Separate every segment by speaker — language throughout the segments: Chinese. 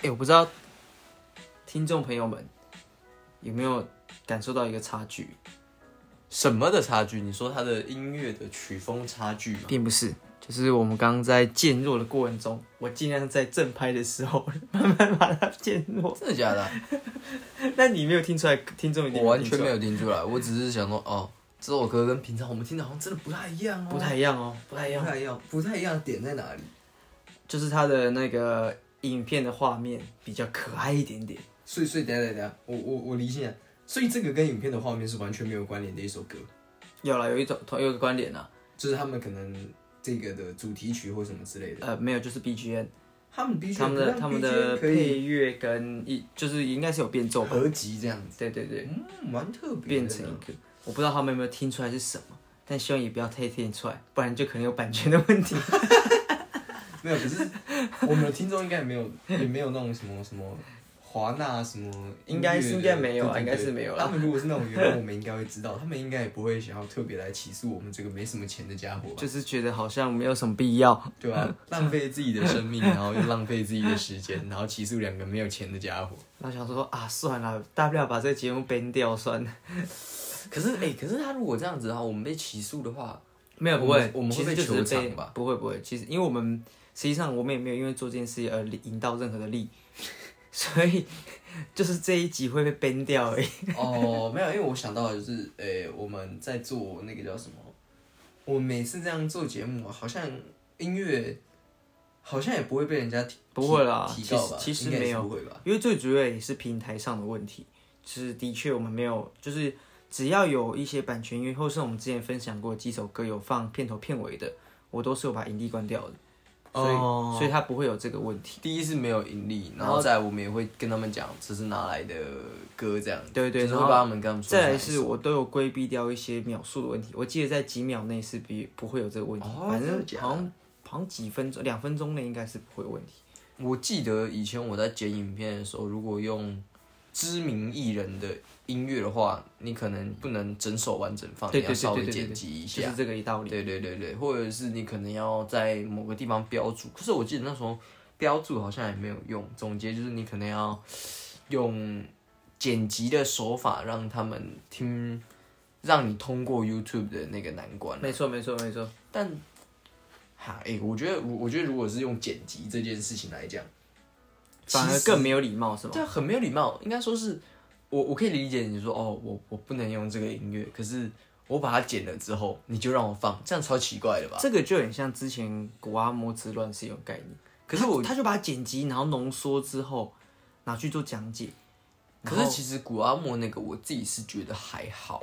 Speaker 1: 哎、我不知道听众朋友们有没有感受到一个差距，
Speaker 2: 什么的差距？你说他的音乐的曲风差距吗？
Speaker 1: 并不是，就是我们刚刚在渐弱的过程中，我尽量在正拍的时候 慢慢把它渐弱。
Speaker 2: 真的假 的啊？
Speaker 1: 那你没有听出来，听众一定
Speaker 2: 我完全
Speaker 1: 听出
Speaker 2: 没
Speaker 1: 来
Speaker 2: 有听出来，我只是想说，哦，这首歌跟平常我们听的好像真的不太一样哦，
Speaker 1: 不太一样哦，不
Speaker 2: 不
Speaker 1: 太一样
Speaker 2: 不，太一样，不太一样的点在哪里？
Speaker 1: 就是它的那个影片的画面比较可爱一点点。
Speaker 2: 所以，所以等一下等一下，我我我离线，所以这个跟影片的画面是完全没有关联的一首歌，
Speaker 1: 有了，有一种同有一个关联啊，
Speaker 2: 就是他们可能这个的主题曲或什么之类的，
Speaker 1: 呃，没有，就是 B G M，
Speaker 2: 他们必须
Speaker 1: 他们的他们的
Speaker 2: 可以
Speaker 1: 配乐跟一就是应该是有变奏吧，
Speaker 2: 合集这样子，
Speaker 1: 对对对，
Speaker 2: 嗯，蛮特别的
Speaker 1: 变
Speaker 2: 呢，
Speaker 1: 成一个，我不知道他们有没有听出来是什么，但希望也不要太听出来，不然就可能有版权的问 题。
Speaker 2: 没有，可 是我们的听众应该也没有，也没有那种什么什么华纳什么
Speaker 1: 应
Speaker 2: 音乐的，
Speaker 1: 该是应该没有啊
Speaker 2: 对对对
Speaker 1: 应该是没有啦
Speaker 2: 他们如果是那种员工，我们应该会知道，他们应该也不会想要特别来起诉我们这个没什么钱的家伙吧，
Speaker 1: 就是觉得好像没有什么必要。
Speaker 2: 对吧、浪费自己的生 命，然后又浪费自己的时间，然后起诉两个没有钱的家伙。
Speaker 1: 然后想说啊，算了，大不了把这个节目 ban 掉算了。
Speaker 2: 可是哎、可是他如果这样子的话，我们被起诉的话，
Speaker 1: 没有不
Speaker 2: 我
Speaker 1: 会
Speaker 2: 们，我们
Speaker 1: 其
Speaker 2: 会
Speaker 1: 实
Speaker 2: 被
Speaker 1: 就
Speaker 2: 求
Speaker 1: 只是
Speaker 2: 偿
Speaker 1: 被
Speaker 2: 吧
Speaker 1: 不会不会，其实因为我们实际上我们也没有因为做这件事情而赢到任何的利，所以就是这一集会被 ban 掉而已。
Speaker 2: 哦，没有，因为我想到的就是，诶、我们在做那个叫什么？我每次这样做节目，好像音乐好像也不会被人家提，
Speaker 1: 不会啦
Speaker 2: 提
Speaker 1: 其
Speaker 2: 到吧？
Speaker 1: 实其实
Speaker 2: 应该也
Speaker 1: 没
Speaker 2: 是
Speaker 1: 有
Speaker 2: 不会吧？
Speaker 1: 因为最主要也是平台上的问题，就是的确我们没有，就是只要有一些版权音乐，或是我们之前分享过几首歌有放片头片尾的，我都是有把营地关掉的，所以、
Speaker 2: 哦
Speaker 1: 所以它不会有这个问题。
Speaker 2: 第一是没有盈利，然
Speaker 1: 然
Speaker 2: 后
Speaker 1: 后
Speaker 2: 再来我们也会跟他们讲这是哪来的歌这样子，
Speaker 1: 对对
Speaker 2: 就是
Speaker 1: 然
Speaker 2: 会
Speaker 1: 后
Speaker 2: 帮他们跟他们说
Speaker 1: 再
Speaker 2: 哪
Speaker 1: 来
Speaker 2: 一
Speaker 1: 是
Speaker 2: 首
Speaker 1: 我都有规避掉一些秒数的问题，我记得在几秒内是比不会有这个问题，
Speaker 2: 哦
Speaker 1: 反
Speaker 2: 真的
Speaker 1: 正
Speaker 2: 假的
Speaker 1: 好像好像几分钟两分钟内应该是不会有问题。
Speaker 2: 我记得以前我在剪影片的时候，如果用知名艺人的音乐的话，你可能不能整首完整放，
Speaker 1: 对
Speaker 2: 你
Speaker 1: 对对
Speaker 2: 要稍微
Speaker 1: 对对
Speaker 2: 剪
Speaker 1: 对
Speaker 2: 辑一
Speaker 1: 就
Speaker 2: 下
Speaker 1: 是。这个道理。
Speaker 2: 对对对对，或者是你可能要在某个地方标注，可是我记得那时候标注好像也没有用。总结就是你可能要用剪辑的手法让他们听，让你通过 YouTube 的那个难关。
Speaker 1: 没错没错没错，
Speaker 2: 但哈，哎、我觉得我我觉得如果是用剪辑这件事情来讲，
Speaker 1: 反而
Speaker 2: 其实
Speaker 1: 更没有礼貌是吗？
Speaker 2: 对啊，很没有礼貌。应该说是我我可以理解你说哦，我我不能用这个音乐，可是我把它剪了之后，你就让我放，这样超奇怪的吧？
Speaker 1: 这个就很像之前古阿莫之乱是有概念，
Speaker 2: 可是我
Speaker 1: 他就把它剪辑，然后浓缩之后拿去做讲解。
Speaker 2: 可是其实古阿莫那个我自己是觉得还好，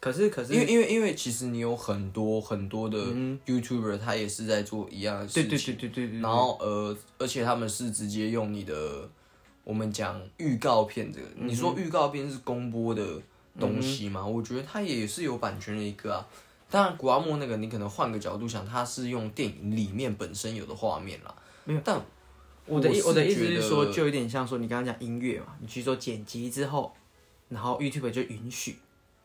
Speaker 1: 可是可是嗯
Speaker 2: 因为因为因为其实你有很多很多的 YouTuber 他也是在做一样的事
Speaker 1: 对
Speaker 2: 情，
Speaker 1: 对对对对对，
Speaker 2: 然后呃，而且他们是直接用你的，我们讲预告片这个，
Speaker 1: 嗯
Speaker 2: 你说预告片是公播的东西吗？我觉得它也是有版权的一个啊。当然，古阿莫那个你可能换个角度想，它是用电影里面本身有的画面啦。但
Speaker 1: 我的意
Speaker 2: 我是
Speaker 1: 我的意思
Speaker 2: 觉
Speaker 1: 是
Speaker 2: 得
Speaker 1: 说，就有点像说你刚刚讲音乐嘛，你去做剪辑之后，然后 YouTube 就允许。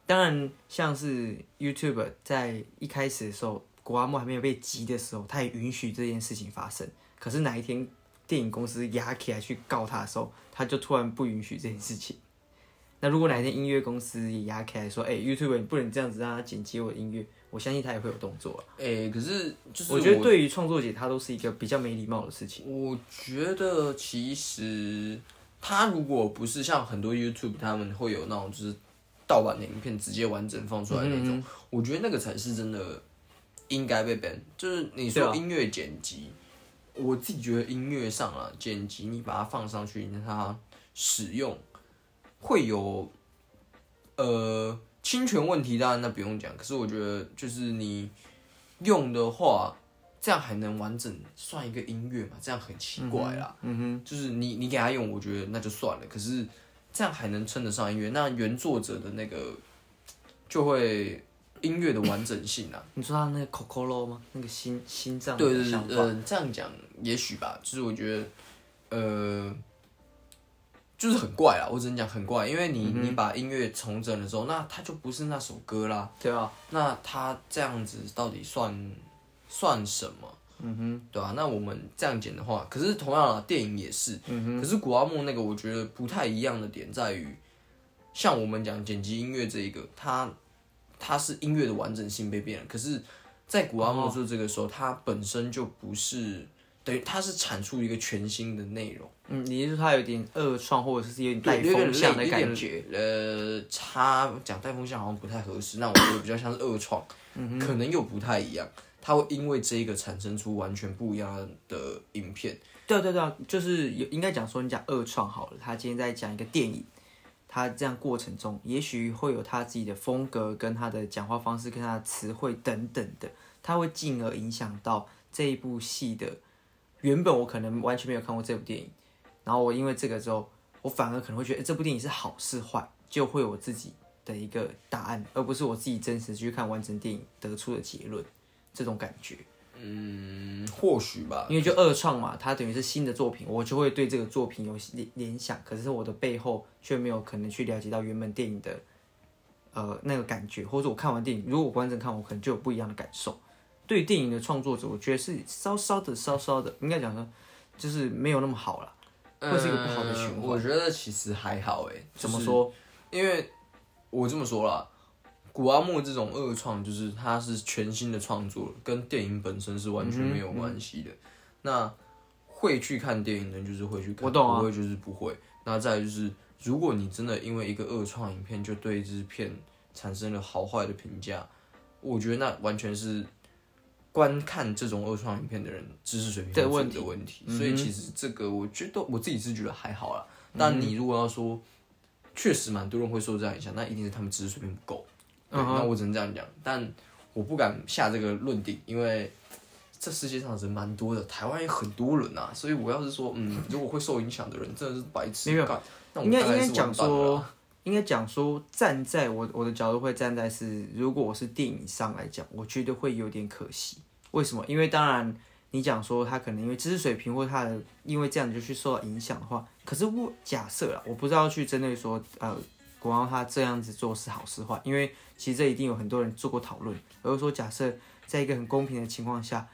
Speaker 1: 当然，像是 YouTube 在一开始的时候，古阿莫还没有被急的时候，他也允许这件事情发生。可是哪一天电影公司压起来去告他的时候，他就突然不允许这件事情。那如果哪一天音乐公司也压起来说，哎、y o u t u b e 你不能这样子让他剪辑我的音乐，我相信他也会有动作啊。
Speaker 2: 诶、可是就是
Speaker 1: 我觉得对于创作者，他都是一个比较没礼貌的事情。
Speaker 2: 我觉得其实他如果不是像很多 YouTube 他们会有那种就是盗版的影片直接完整放出来那
Speaker 1: 嗯
Speaker 2: 种，我觉得那个才是真的应该被 ban。就是你
Speaker 1: 对啊
Speaker 2: 说音乐剪辑，我自己觉得音乐上啊剪辑你把它放上去，你让它使用会有呃侵权问题，当然那不用讲。可是我觉得就是你用的话，这样还能完整算一个音乐嘛？这样很奇怪啦。
Speaker 1: 嗯哼，
Speaker 2: 就是你你给他用，我觉得那就算了。可是这样还能称得上音乐，那原作者的那个就会音乐的完整性啊。
Speaker 1: 你说他那个 Coco o 吗？那个心心脏
Speaker 2: 对
Speaker 1: 的
Speaker 2: 对对
Speaker 1: 想，法，
Speaker 2: 呃，这样讲也许吧，就是我觉得，呃，就是很怪啊啦，我只能讲很怪，因为你、你把音乐重整的时候，那它就不是那首歌啦，
Speaker 1: 对啊，
Speaker 2: 那它这样子到底算算什么？嗯哼，对啊，那我们这样剪的话，可是同样啊，电影也是，嗯哼，可是古阿莫那个我觉得不太一样的点在于，像我们讲剪辑音乐这一个，它它是音乐的完整性被变了，可是，在古阿莫做这个时候，它本身就不是等于它是产出一个全新的内容，
Speaker 1: 嗯，你是说它有点恶创，或者是有点带
Speaker 2: 对，有点
Speaker 1: 风向
Speaker 2: 类
Speaker 1: 的感觉？，
Speaker 2: 有点呃，差讲带风向好像不太合适，那我觉得比较像是恶创，
Speaker 1: 嗯
Speaker 2: 可能又不太一样。它会因为这个产生出完全不一样的影片，
Speaker 1: 对啊对啊对啊，就是有应该讲说你讲二创好了，他今天在讲一个电影，他这样过程中也许会有他自己的风格、跟他的讲话方式、跟他的词汇等等的，他会进而影响到这一部戏的。原本我可能完全没有看过这部电影，然后我因为这个之后，我反而可能会觉得、诶这部电影是好是坏，就会有我自己的一个答案，而不是我自己真实去看完整电影得出的结论，这种感觉。
Speaker 2: 嗯，或许吧，
Speaker 1: 因为就二创嘛，它等于是新的作品，我就会对这个作品有联联想，可是我的背后却没有可能去了解到原本电影的呃那个感觉，或者我看完电影，如果我完整看，我可能就有不一样的感受。对于电影的创作者，我觉得是稍稍的、稍稍的，应该讲说就是没有那么好了。会是一个不好的循环
Speaker 2: 嗯我觉得其实还好欸诶、
Speaker 1: 怎么说？
Speaker 2: 因为我这么说啦，古阿莫这种恶创就是它是全新的创作，跟电影本身是完全没有关系的。那会去看电影的人就是会去看，
Speaker 1: 我懂啊
Speaker 2: 不会就是不会。那再来就是，如果你真的因为一个恶创影片就对这支片产生了好坏的评价，我觉得那完全是。观看这种恶创影片的人，知识水平
Speaker 1: 的
Speaker 2: 不足
Speaker 1: 问题
Speaker 2: 的问题，所
Speaker 1: 嗯
Speaker 2: 以其实这个我觉得我自己是觉得还好啦。
Speaker 1: 嗯
Speaker 2: 但你如果要说确实蛮多人会受这样影响，那一定是他们知识水平不够。对
Speaker 1: 嗯哼
Speaker 2: 那我只能这样讲，但我不敢下这个论定，因为这世界上人蛮多的，台湾也很多人啊，所以我要是说，嗯，如果会受影响的人真的是白痴，
Speaker 1: 没有
Speaker 2: 干那我
Speaker 1: 应该
Speaker 2: 大
Speaker 1: 应
Speaker 2: 概
Speaker 1: 该
Speaker 2: 是啊
Speaker 1: 讲
Speaker 2: 完蛋了
Speaker 1: 说
Speaker 2: 啦。，
Speaker 1: 应该讲说，站在我我的角度会站在是，如果我是电影上来讲，我觉得会有点可惜。为什么？因为当然你讲说他可能因为知识水平或他的因为这样就去受到影响的话，可是我假设了，我不知道去针对说呃。国王他这样子做是好是坏，因为其实这一定有很多人做过讨论。而是说，假设在一个很公平的情况下，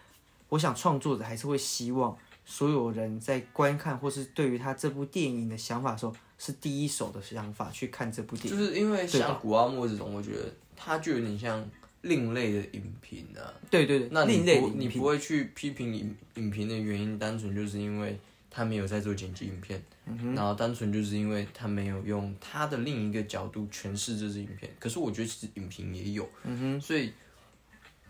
Speaker 1: 我想创作者还是会希望所有人在观看或是对于他这部电影的想法的时候，是第一手的想法去看这部电影。
Speaker 2: 就是因为
Speaker 1: 对吧
Speaker 2: 像古阿莫这种，我觉得他就有点像另类的影评啊。
Speaker 1: 对对对，
Speaker 2: 那你
Speaker 1: 另类
Speaker 2: 不
Speaker 1: 影
Speaker 2: 你
Speaker 1: 评
Speaker 2: 不会去批评影影评的原因，单纯就是因为他没有在做剪辑影片，
Speaker 1: 嗯
Speaker 2: 然后单纯就是因为他没有用他的另一个角度诠释这支影片。可是我觉得其实影评也有，
Speaker 1: 嗯
Speaker 2: 所以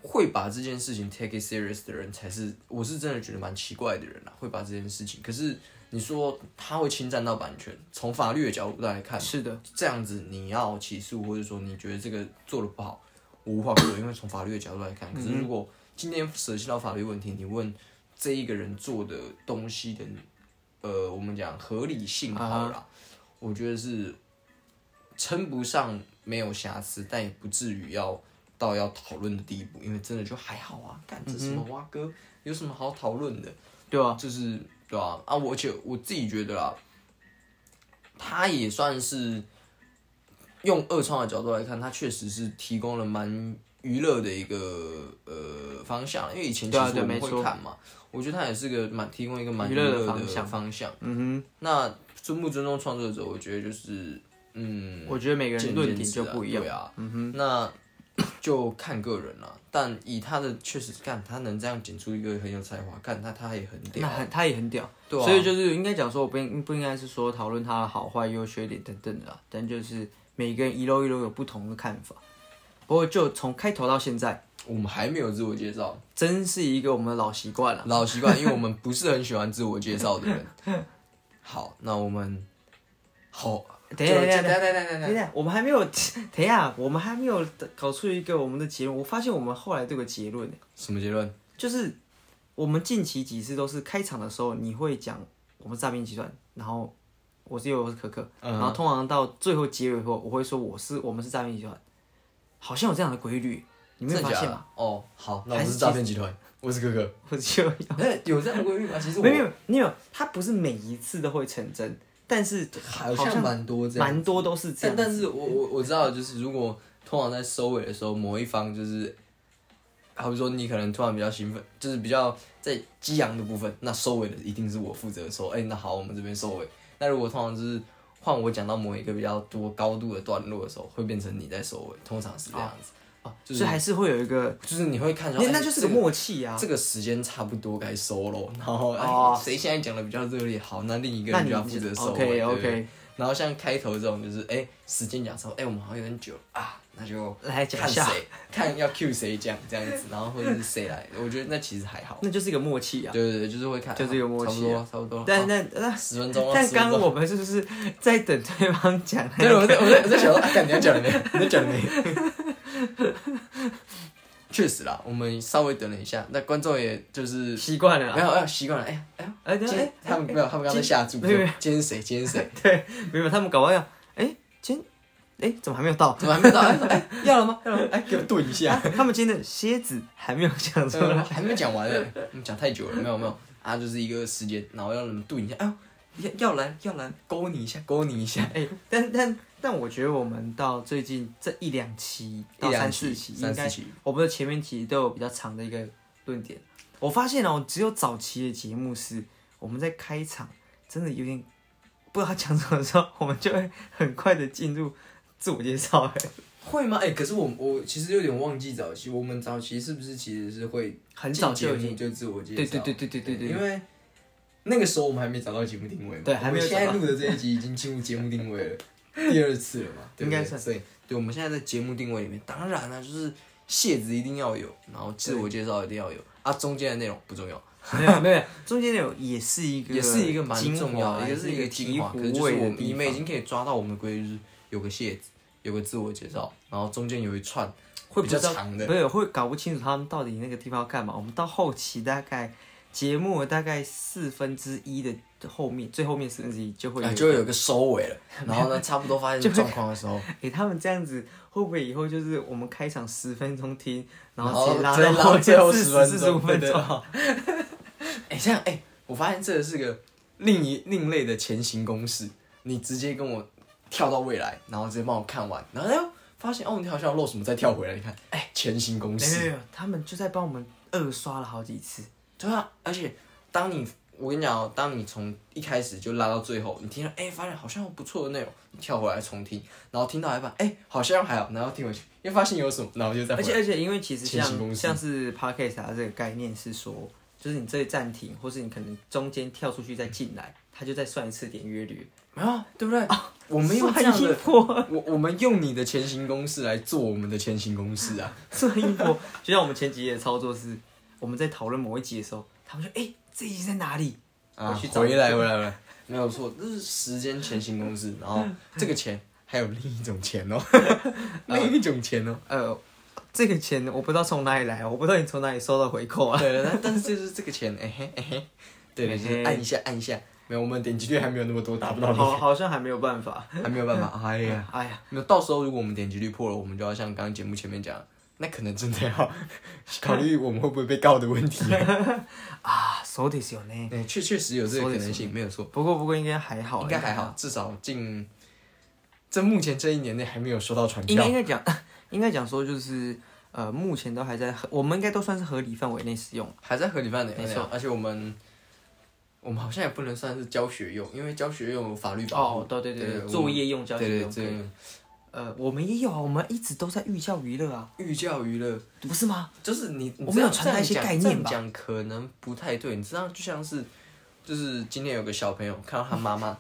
Speaker 2: 会把这件事情 take it serious 的人，才是我是真的觉得蛮奇怪的人啦、会把这件事情，可是你说他会侵占到版权，从法律的角度来看，
Speaker 1: 是的，
Speaker 2: 这样子你要起诉，或者说你觉得这个做的不好，我无话可说，因为从法律的角度来看。可是如果今天涉及到法律问题，你问这一个人做的东西的，呃，我们讲合理性好了啦，我觉得是称不上没有瑕疵，但也不至于要到要讨论的地步，因为真的就还好啊，干这什么蛙哥，有什么好讨论的？
Speaker 1: 对吧、
Speaker 2: 就是对啊，啊，我而且我自己觉得啦，他也算是用二创的角度来看，他确实是提供了蛮娱乐的一个呃方向，因为以前其
Speaker 1: 对啊
Speaker 2: 实
Speaker 1: 对
Speaker 2: 我们
Speaker 1: 没
Speaker 2: 会
Speaker 1: 错
Speaker 2: 看嘛，我觉得他也是个蛮提供一个蛮
Speaker 1: 娱乐的
Speaker 2: 乐
Speaker 1: 方向
Speaker 2: 方向。
Speaker 1: 嗯
Speaker 2: 那尊不尊重创作者，我觉得就是嗯
Speaker 1: 哼，，我觉得每个人
Speaker 2: 见
Speaker 1: 论
Speaker 2: 仁
Speaker 1: 点
Speaker 2: 见
Speaker 1: 就
Speaker 2: 智啊
Speaker 1: 不一样。嗯
Speaker 2: 对啊，那 就看个人啦。但以他的确实干，他能这样剪出一个很有才华，干他他也很屌
Speaker 1: 那
Speaker 2: 啊，
Speaker 1: 很他也很屌，
Speaker 2: 对啊
Speaker 1: 所以就是应该讲说，我不应不应该是说讨论他的好坏、优缺点等等的啦，但就是每个人一楼一楼有不同的看法。不过就从开头到现在，
Speaker 2: 我们还没有自我介绍，
Speaker 1: 真是一个我们的老习惯了。
Speaker 2: 老习惯，因为我们不是很喜欢自我介绍的人。 好，那我们好，
Speaker 1: 等一下，
Speaker 2: 就
Speaker 1: 等一下，等
Speaker 2: 等
Speaker 1: 一下
Speaker 2: 一下，等一下，
Speaker 1: 等一下，我们还没有， 等一下，我们还没有搞出一个我们的结论。我发现我们后来这个结论，
Speaker 2: 什么结论？
Speaker 1: 就是我们近期几次都是开场的时候，你会讲我们诈骗集团，然后我是悠悠我是可可，
Speaker 2: 嗯
Speaker 1: 然后通常到最后结尾后，我会说我是我们是诈骗集团，好像有这样的规律，你没有
Speaker 2: 真的
Speaker 1: 发
Speaker 2: 假
Speaker 1: 现吗？
Speaker 2: 的？哦，好，那我
Speaker 1: 还是
Speaker 2: 是诈骗集团，我是哥哥。
Speaker 1: 我就
Speaker 2: 哎， 有这样的规律吗？其实我
Speaker 1: 没有没有没有，他不是每一次都会成真，但是
Speaker 2: 好像
Speaker 1: 像
Speaker 2: 蛮多这样。
Speaker 1: 蛮多都是这
Speaker 2: 但
Speaker 1: 样。
Speaker 2: 但是我我我知道，就是如果通常在收尾的时候，某一方就是好比说你可能突然比较兴奋，就是比较在激昂的部分，那收尾的一定是我负责说，哎、那好，我们这边收尾。那如果通常就是换我讲到某一个比较多高度的段落的时候，会变成你在收尾，通常是这样子，
Speaker 1: 哦，
Speaker 2: 就
Speaker 1: 就是是还是会有一个，
Speaker 2: 就是你会看说，
Speaker 1: 那
Speaker 2: 哎
Speaker 1: 那就是
Speaker 2: 这
Speaker 1: 个默契啊。
Speaker 2: 这个时间差不多该收咯，然后哎
Speaker 1: 哦
Speaker 2: 谁、现在讲的比较热烈，好，那另一个
Speaker 1: 那
Speaker 2: 人
Speaker 1: 你
Speaker 2: 就要负责收尾。
Speaker 1: OK
Speaker 2: 对不对
Speaker 1: OK，
Speaker 2: 然后像开头这种，就是哎、时间讲说，哎、我们好像有点久了啊，那就
Speaker 1: 来讲
Speaker 2: 看
Speaker 1: 一下，
Speaker 2: 谁 看要 Q 谁讲这样子，然后或者是谁来，我觉得那其实还好。
Speaker 1: 那就是一个默契啊。
Speaker 2: 对对对，就是会看，
Speaker 1: 就是有默契啊
Speaker 2: 啊差不多，差不多。
Speaker 1: 但那那
Speaker 2: 十分钟了，
Speaker 1: 但
Speaker 2: 10分
Speaker 1: 刚
Speaker 2: 钟
Speaker 1: 刚我们是不是在等对方讲 那
Speaker 2: 对，
Speaker 1: 个？
Speaker 2: 我在我在我在想说，啊干你要讲了 没？你要讲了没？ 确实啦，我们稍微等了一下，那观众也就 是
Speaker 1: 习惯了
Speaker 2: 没
Speaker 1: 啦。
Speaker 2: 有要习惯了，哎呀哎呀，
Speaker 1: 哎，对
Speaker 2: 今
Speaker 1: 哎
Speaker 2: 天，他们没有，他们刚才
Speaker 1: 今
Speaker 2: 下注，
Speaker 1: 没有没有
Speaker 2: 说今天谁？今天谁？
Speaker 1: 没有，他们搞完要，哎，今天，哎，怎么还没有 到？啊
Speaker 2: 怎么还没到？哎哎，要了 吗？要了吗？哎，给我顿一 下。
Speaker 1: 他们今天的蝎子还没有讲出
Speaker 2: 呃
Speaker 1: 来。
Speaker 2: 还没讲完呢，我们讲太久了，没有没有啊，就是一个时间，然后让人顿一下，哎呦， 要要来要来勾你一下，勾你一 下，
Speaker 1: 哎，但但但我觉得我们到最近这一两期到
Speaker 2: 一两
Speaker 1: 三四期，应
Speaker 2: 三
Speaker 1: 该
Speaker 2: 四期，
Speaker 1: 我们的前面集都有比较长的一个论点。我发现哦，只有早期的节目是我们在开场真的有点不知道讲什么的时候，我们就会很快的进入自我介绍。哎，
Speaker 2: 会吗？哎、可是我我其实有点忘记早期，我们早期是不是其实是会
Speaker 1: 很早
Speaker 2: 进
Speaker 1: 就已
Speaker 2: 节
Speaker 1: 经
Speaker 2: 目就自我介绍？
Speaker 1: 对对对对对对对
Speaker 2: 因为那个时候我们还没找到节目定位嘛，
Speaker 1: 对还没有
Speaker 2: 我们现在录的这一集已经进入节目定位了，第二次了嘛，对不对
Speaker 1: 应该是
Speaker 2: 所以对，我们现在在节目定位里面，当然了、啊就是谢子一定要有，然后自我介绍一定要有啊，中间的内容不重要。
Speaker 1: 没有没有，中间有也是一个
Speaker 2: 也是一个蛮
Speaker 1: 精华
Speaker 2: 重要的，也是
Speaker 1: 是
Speaker 2: 一个
Speaker 1: 醍
Speaker 2: 精华。可是
Speaker 1: 醐
Speaker 2: 就是
Speaker 1: 味
Speaker 2: 我
Speaker 1: 的
Speaker 2: 们你
Speaker 1: 地
Speaker 2: 们已
Speaker 1: 方。
Speaker 2: 经可以抓到我们的规律，就是有个谢子，有个自我介绍，然后中间有一串会比较长的。
Speaker 1: 不是会搞不清楚他们到底那个地方要干嘛。我们到后期大概节目大概四分之一的后面，最后面四分之一就会有
Speaker 2: 啊，就会有个收尾 了，然后呢，差不多发现状况的时候，
Speaker 1: 诶，他们这样子会不会以后就是我们开场十分钟听，然
Speaker 2: 然后
Speaker 1: 后直接拉
Speaker 2: 直接
Speaker 1: 到
Speaker 2: 拉
Speaker 1: 后
Speaker 2: 到最后
Speaker 1: 四
Speaker 2: 10分
Speaker 1: 四
Speaker 2: 钟
Speaker 1: 十五分
Speaker 2: 对
Speaker 1: 钟？
Speaker 2: 哎，这样哎，我发现这是个另一另类的前行公式。你直接跟我跳到未来，然后直接帮我看完，然后哎呦发现哦，你好像漏什么，再跳回来，你看，哎，前行公
Speaker 1: 没
Speaker 2: 式
Speaker 1: 有没。有，他们就在帮我们二刷了好几次。
Speaker 2: 对啊，而且当你我跟你讲哦，当你从一开始就拉到最后，你听到哎、发现好像有不错的内容，你跳回来重听，然后听到一半哎、好像还好，然后听回去又发现有什么，然后 就再
Speaker 1: 而
Speaker 2: 回
Speaker 1: 且
Speaker 2: 来。
Speaker 1: 而且，因为其实
Speaker 2: 前行
Speaker 1: 像
Speaker 2: 公司
Speaker 1: 像是 podcast 它这个概念是说，就是你这里暂停，或是你可能中间跳出去再进来，它就再算一次点阅率。
Speaker 2: 没有啊，对不对？我们用这
Speaker 1: 算
Speaker 2: 样
Speaker 1: 一
Speaker 2: 的，
Speaker 1: 波，
Speaker 2: 我我们用你的前行公式来做我们的前行公式啊。
Speaker 1: 算一波。就像我们前几集的操作是，我们在讨论某一集的时候，他们说：“哎、这一集在哪里？”
Speaker 2: 啊，
Speaker 1: 我去找
Speaker 2: 回来回来回来，没有错，这是时间前行公 式。然后这个钱还有另一种 钱哦，另一种钱哦。
Speaker 1: 呃，这个钱我不知道从哪里来，我不知道你从哪里收到回扣啊。
Speaker 2: 对，但但是就是这个钱，哎、嘿哎、嘿，对
Speaker 1: 哎嘿
Speaker 2: 的，就是按一下按一下，没有，我们点击率还没有那么多，达不到
Speaker 1: 好，
Speaker 2: 你，
Speaker 1: 好像还没有办法。
Speaker 2: 还没有办 法，哎呀，
Speaker 1: 哎呀，
Speaker 2: 没有，到时候如果我们点击率破了，我们就要像刚刚节目前面讲，那可能真的要 考虑我们会不会被告的问 题。
Speaker 1: 啊，そうですよね。
Speaker 2: 哎，确确实有这个可能性，没有错，
Speaker 1: 不过不过应该还好，
Speaker 2: 应该还好，，至少近这目前这一年内还没有收到传
Speaker 1: 应该
Speaker 2: 票
Speaker 1: 应。该讲， 应该讲说就是呃，目前都还在合，我们应该都算是合理范围内使用。
Speaker 2: 还在合理范围内
Speaker 1: 没
Speaker 2: 啊，而且我们我们好像也不能算是教学用，因为教学用有法律保护。
Speaker 1: 对对
Speaker 2: 对
Speaker 1: 对，
Speaker 2: 我
Speaker 1: 作业用、教
Speaker 2: 对
Speaker 1: 学
Speaker 2: 对
Speaker 1: 用。可以
Speaker 2: 对，
Speaker 1: 呃，我们也有啊，我们一直都在寓教于乐啊，
Speaker 2: 寓教于乐，
Speaker 1: 不是吗？
Speaker 2: 就是你，
Speaker 1: 我们有传达一些概念吧
Speaker 2: 这样讲可能不太对，你知道，就像是，就是今天有个小朋友看到他 妈妈，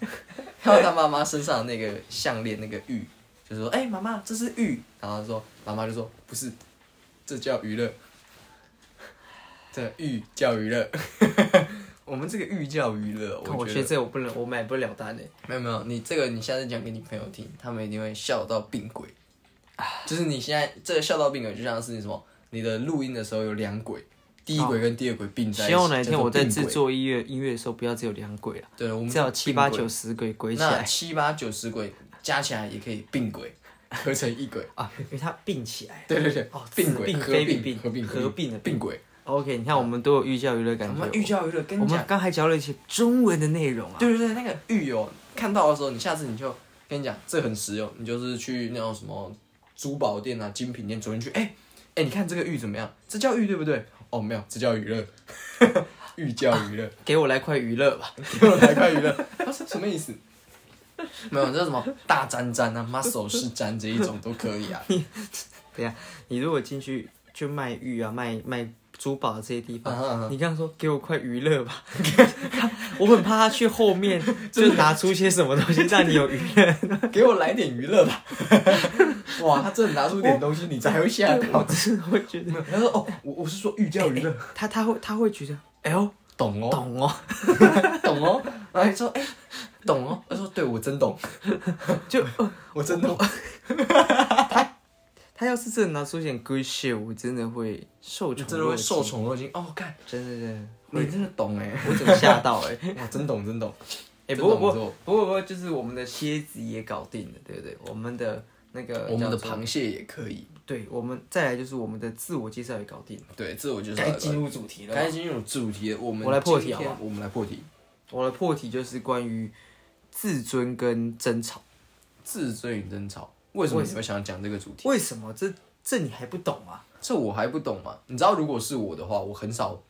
Speaker 2: 看到他妈妈身上的那个项链那个玉，就说：“哎、妈妈，这是玉。”然后他说，妈妈就说：“不是，这叫娱乐，这寓教娱乐。” 我们这个寓教娱乐，
Speaker 1: 看我
Speaker 2: 呃觉
Speaker 1: 学
Speaker 2: 得
Speaker 1: 这我不能，我买不了单诶。欸
Speaker 2: 没有没有，你这个你下次讲给你朋友听，他们一定会笑到病鬼。就是你现在这个笑到病鬼，就像是你什么，你的录音的时候有两轨，第一轨跟第二轨并在一起。
Speaker 1: 希望哪一天我在
Speaker 2: 叫做
Speaker 1: 制
Speaker 2: 并轨，
Speaker 1: 作音乐音乐的时候，不要只有两轨了，
Speaker 2: 对，我们
Speaker 1: 至少七八
Speaker 2: 并轨
Speaker 1: 九十轨轨起
Speaker 2: 那
Speaker 1: 来
Speaker 2: 七八九十轨加起来也可以并轨， 合成一轨。
Speaker 1: 啊，因为它并起来。
Speaker 2: 对对对
Speaker 1: 哦，
Speaker 2: 并
Speaker 1: 此
Speaker 2: 轨
Speaker 1: 并
Speaker 2: 合
Speaker 1: 非
Speaker 2: 并
Speaker 1: 并
Speaker 2: 合并
Speaker 1: 合并的并
Speaker 2: 并轨。
Speaker 1: OK，你看我们都有寓教于乐感
Speaker 2: 啊我
Speaker 1: 觉
Speaker 2: 们。寓教于乐，跟
Speaker 1: 我们
Speaker 2: 你讲，
Speaker 1: 刚才教了一些中文的内容啊，
Speaker 2: 对对对，那个玉哦，看到的时候，你下次你就跟你讲，这很实用，你就是去那种什么珠宝店啊、精品店，走进去，哎、哎、你看这个玉怎么样？这叫玉 对不对？哦，没有，这叫娱乐，寓教于乐，
Speaker 1: 给我来块娱乐吧。
Speaker 2: 给我来块娱乐，他说什么意思？没有，这什么大沾沾啊，muscle 是沾这一种都可以啊。
Speaker 1: 你如果进去就卖玉啊，卖卖珠宝这些地方，
Speaker 2: 啊啊啊
Speaker 1: 你刚刚说给我块娱乐吧， 我很怕他去后 面就拿出些什么东西让你有娱乐。
Speaker 2: 啊给我来点娱乐吧！ 哇，他真的拿出点东西，你才会吓
Speaker 1: 我
Speaker 2: 到。
Speaker 1: 真的会觉得
Speaker 2: 他说：“哦，我我是说寓教于乐，
Speaker 1: 他他会他会觉得，哎呦，
Speaker 2: 懂哦，
Speaker 1: 懂哦，
Speaker 2: 懂哦。”然后你说：“哎，懂哦。”他说：“对，我真懂，
Speaker 1: 就呃
Speaker 2: 我真懂。
Speaker 1: 他要是真的拿出一点 good shit，我真的会”受宠，
Speaker 2: 真的会受，宠若惊哦！干，
Speaker 1: 真的真的，
Speaker 2: 你真的懂哎，
Speaker 1: 我整个 吓到 哎、
Speaker 2: 哇，真懂真懂。
Speaker 1: 哎、
Speaker 2: 这
Speaker 1: 不过不过
Speaker 2: 种就
Speaker 1: 不过不过，就是我们的蝎子也搞定了，对不对？我们的那个
Speaker 2: 我们
Speaker 1: 叫
Speaker 2: 的
Speaker 1: 做
Speaker 2: 螃蟹也可以，
Speaker 1: 对，我们再来就是我们的自我介绍也搞定了，
Speaker 2: 对，这我就是
Speaker 1: 该进入主题了吧。
Speaker 2: 该进入主题了。我们
Speaker 1: 我来破题
Speaker 2: 今天
Speaker 1: 好
Speaker 2: 我们来破题。
Speaker 1: 我的破题就是关于自尊跟争吵，
Speaker 2: 自尊与争吵，为什么你会想讲这个主题？
Speaker 1: 为什么这这你还不懂啊？
Speaker 2: 这我还不懂嘛。你知道，如果是我的话，我很少